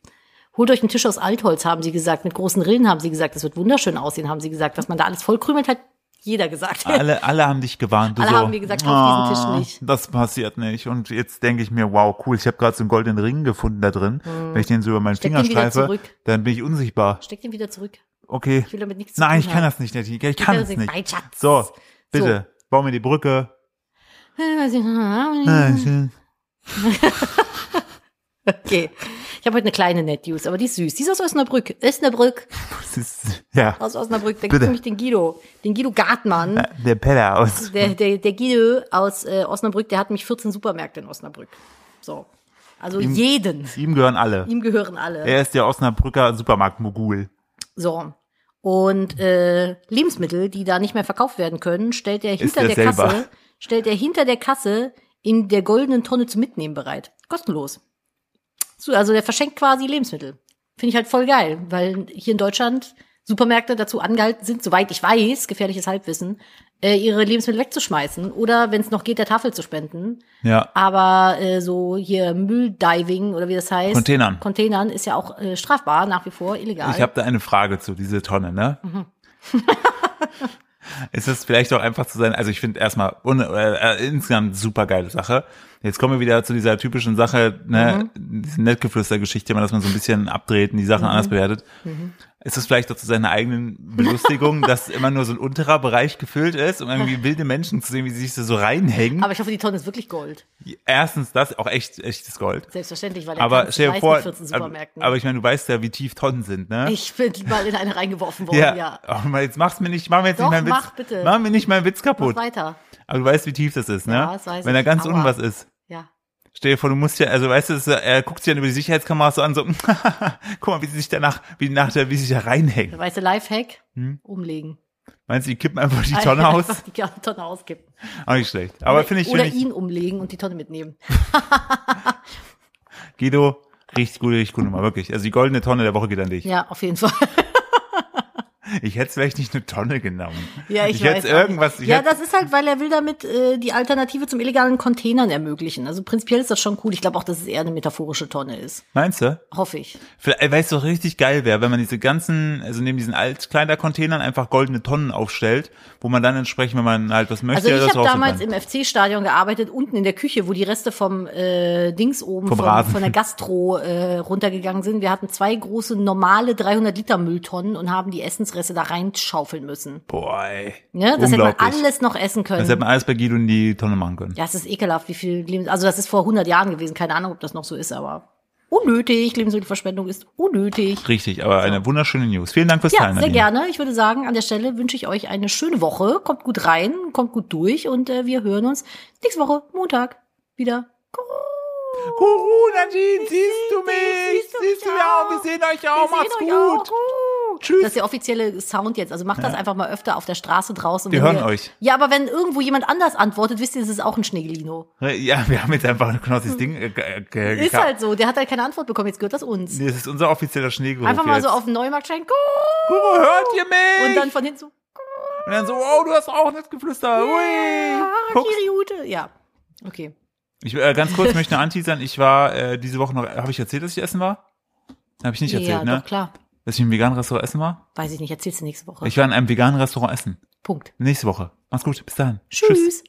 S2: Holt euch einen Tisch aus Altholz, haben sie gesagt. Mit großen Rillen haben sie gesagt. Das wird wunderschön aussehen, haben sie gesagt. Dass man da alles vollkrümelt, hat jeder gesagt. [laughs]
S1: Alle, alle haben dich gewarnt. Du
S2: Alle
S1: so,
S2: haben mir gesagt, auf diesen
S1: "Ah,
S2: Tisch nicht."
S1: Das passiert nicht. Und jetzt denke ich mir, wow, cool, ich habe gerade so einen goldenen Ring gefunden da drin. Wenn ich den so über meinen
S2: Hm. Steck
S1: Finger
S2: den wieder
S1: streife,
S2: zurück.
S1: dann bin ich unsichtbar.
S2: Steck den wieder zurück.
S1: Okay.
S2: Ich will damit nichts zu
S1: Nein,
S2: tun
S1: ich kann
S2: haben.
S1: das nicht, Nadine. Ich kann
S2: will
S1: es
S2: das
S1: nicht.
S2: nicht. Nein, Schatz.
S1: So, bitte, bau mir die Brücke.
S2: Äh,
S1: Äh.
S2: Mhm.
S1: Okay.
S2: Okay. Ich habe heute eine kleine Net News, aber die ist süß. Die ist aus Osnabrück. Osnabrück.
S1: [laughs] Das ist, ja,
S2: Aus Osnabrück.
S1: Bitte.
S2: Da
S1: Äh.
S2: gibt's nämlich den Guido. Den Guido Gartmann.
S1: der Pelle
S2: [laughs]
S1: aus.
S2: Der, der, der Guido aus äh, Osnabrück, der hat mich 14 Supermärkte in Osnabrück. So. Also jeden.
S1: Ihm gehören alle.
S2: Ihm gehören alle.
S1: Er ist der Osnabrücker Supermarkt-Mogul.
S2: So. Und äh, Lebensmittel, die da nicht mehr verkauft werden können, stellt er hinter
S1: er
S2: der
S1: selber.
S2: Kasse, stellt er hinter der Kasse in der goldenen Tonne zum Mitnehmen bereit. Kostenlos. So, also der verschenkt quasi Lebensmittel. Finde ich halt voll geil, weil hier in Deutschland Supermärkte dazu angehalten sind, soweit ich weiß, gefährliches Halbwissen, äh, ihre Lebensmittel wegzuschmeißen oder wenn es noch geht, der Tafel zu spenden.
S1: Ja.
S2: Aber äh, so hier Mülldiving oder wie das heißt,
S1: Containern.
S2: Containern ist ja auch äh, strafbar nach wie vor illegal.
S1: Ich habe da eine Frage zu, diese Tonne, ne?
S2: Mhm.
S1: Ist es vielleicht auch einfach zu sein, also ich finde erstmal un- äh, äh, insgesamt super geile Sache. Jetzt kommen wir wieder zu dieser typischen Sache, ne,
S2: Mhm.
S1: diese Nettgeflüster-Geschichte, immer, dass man so ein bisschen abdreht und die Sachen anders bewertet.
S2: Mhm.
S1: Ist es vielleicht auch zu seiner eigenen
S2: [laughs]
S1: Belustigung, dass immer nur so ein unterer Bereich gefüllt ist, um irgendwie wilde Menschen zu sehen, wie sie sich da so reinhängen?
S2: Aber ich hoffe, die Tonne ist wirklich Gold.
S1: Erstens das, auch echt, echtes Gold.
S2: Selbstverständlich, weil er
S1: Aber
S2: kann
S1: stell dir
S2: weiß
S1: vor,
S2: mit 14
S1: aber,
S2: Supermärkten.
S1: aber ich meine, du weißt ja, wie tief Tonnen sind, ne?
S2: ich bin mal in eine reingeworfen worden,
S1: Ja.
S2: ja.
S1: Oh, Mann, jetzt mach's mir nicht, mach mir jetzt
S2: Doch,
S1: nicht meinen Witz.
S2: mach bitte.
S1: Mach mir nicht meinen Witz
S2: Mach
S1: kaputt.
S2: weiter.
S1: Aber du weißt, wie tief das ist, ne?
S2: Ja, das weiß
S1: Wenn da
S2: ich.
S1: ganz
S2: Aua.
S1: unten was ist.
S2: Ja.
S1: Stell dir vor, du musst ja, also weißt du, es ist, er guckt sich dann über die Sicherheitskamera so [laughs] an, so, guck mal, wie sie sich danach, wie nach der, wie sie sich da reinhängen.
S2: Der weiße Lifehack, umlegen.
S1: Meinst du, die kippen einfach Hm? die Tonne
S2: [laughs] Einfach
S1: aus?
S2: Die Tonne auskippen.
S1: Auch nicht schlecht. Aber finde ich,
S2: Oder
S1: finde ich,
S2: ihn umlegen und die Tonne mitnehmen.
S1: Guido, richtig gute, richtig gute Nummer, wirklich. Also die goldene Tonne der Woche geht an dich.
S2: Ja, auf
S1: [laughs]
S2: jeden Fall.
S1: Ich hätte vielleicht nicht eine Tonne genommen.
S2: Ja, ich, weiß.
S1: hätte
S2: auch
S1: irgendwas,
S2: nicht.
S1: ich
S2: ja,
S1: hätte,
S2: das ist halt, weil er will damit äh, die Alternative zum illegalen Containern ermöglichen. Also prinzipiell ist das schon cool. Ich glaube auch, dass es eher eine metaphorische Tonne ist.
S1: meinst du?
S2: Hoffe ich.
S1: Vielleicht, äh, weißt du, was richtig geil wäre, wenn man diese ganzen, also neben diesen Altkleidercontainern einfach goldene Tonnen aufstellt, wo man dann entsprechend, wenn man halt was möchte,
S2: Also ich
S1: das
S2: habe
S1: rausholen
S2: damals
S1: kann.
S2: im FC-Stadion gearbeitet, unten in der Küche, wo die Reste vom äh, Dings oben
S1: Vom
S2: von,
S1: Rasen.
S2: von der Gastro äh, runtergegangen sind. Wir hatten zwei große normale 300 Liter Mülltonnen und haben die Essensreste da reinschaufeln müssen.
S1: Boah, ey.
S2: Ne? Das hätte man
S1: Unglaublich.
S2: alles noch essen
S1: das hätte
S2: können.
S1: man alles bei Guido in die Tonne machen können.
S2: Ja, es ist ekelhaft, wie viel Lebensmittel. Also das ist vor 100 Jahren gewesen. Keine Ahnung, ob das noch so ist, aber unnötig. Lebensmittelverschwendung ist unnötig.
S1: Richtig, aber eine wunderschöne News. Vielen Dank fürs
S2: Ja,
S1: Teilen.
S2: sehr
S1: Nadine.
S2: gerne. Ich würde sagen, an der Stelle wünsche ich euch eine schöne Woche. Kommt gut rein, kommt gut durch und äh, wir hören uns nächste Woche Montag wieder.
S1: Huhu, Nadine, siehst du
S2: dich,
S1: mich?
S2: siehst du
S1: Siehst
S2: mich
S1: du mich auch?
S2: auch.
S1: Wir sehen euch auch.
S2: Wir
S1: Macht's
S2: sehen euch
S1: gut.
S2: auch.
S1: Tschüss.
S2: Das ist der offizielle Sound jetzt. Also macht das einfach mal öfter auf der Straße draußen.
S1: Wir
S2: wenn
S1: hören euch.
S2: Ja, aber wenn irgendwo jemand anders antwortet, wisst ihr, es ist auch ein Schneegelino.
S1: Ja, wir haben jetzt einfach Knossis Ding. Äh, ge- ge-
S2: Ist
S1: geka-
S2: halt so. Der hat halt keine Antwort bekommen. Jetzt gehört das uns.
S1: Nee, Das ist unser offizieller Schneegeruch.
S2: Einfach mal so
S1: jetzt.
S2: auf den Neumarkt schreien.
S1: Guru, hört ihr mich?
S2: Und dann von hinten so.
S1: Und dann so, oh, du hast auch nicht geflüstert. Ui.
S2: Ah,
S1: Guck's.
S2: Kiriute. Ja. Okay.
S1: Ich, äh, ganz kurz möchte ich noch anteasern. Ich war äh, diese Woche noch, habe ich erzählt, dass ich essen war? Habe ich nicht erzählt,
S2: ja,
S1: ne?
S2: doch klar.
S1: Dass ich im veganen Restaurant essen war?
S2: Weiß ich nicht. Erzählst du nächste Woche.
S1: Ich war in einem veganen Restaurant essen.
S2: Punkt.
S1: Nächste Woche. Mach's gut. Bis dahin.
S2: Tschüss.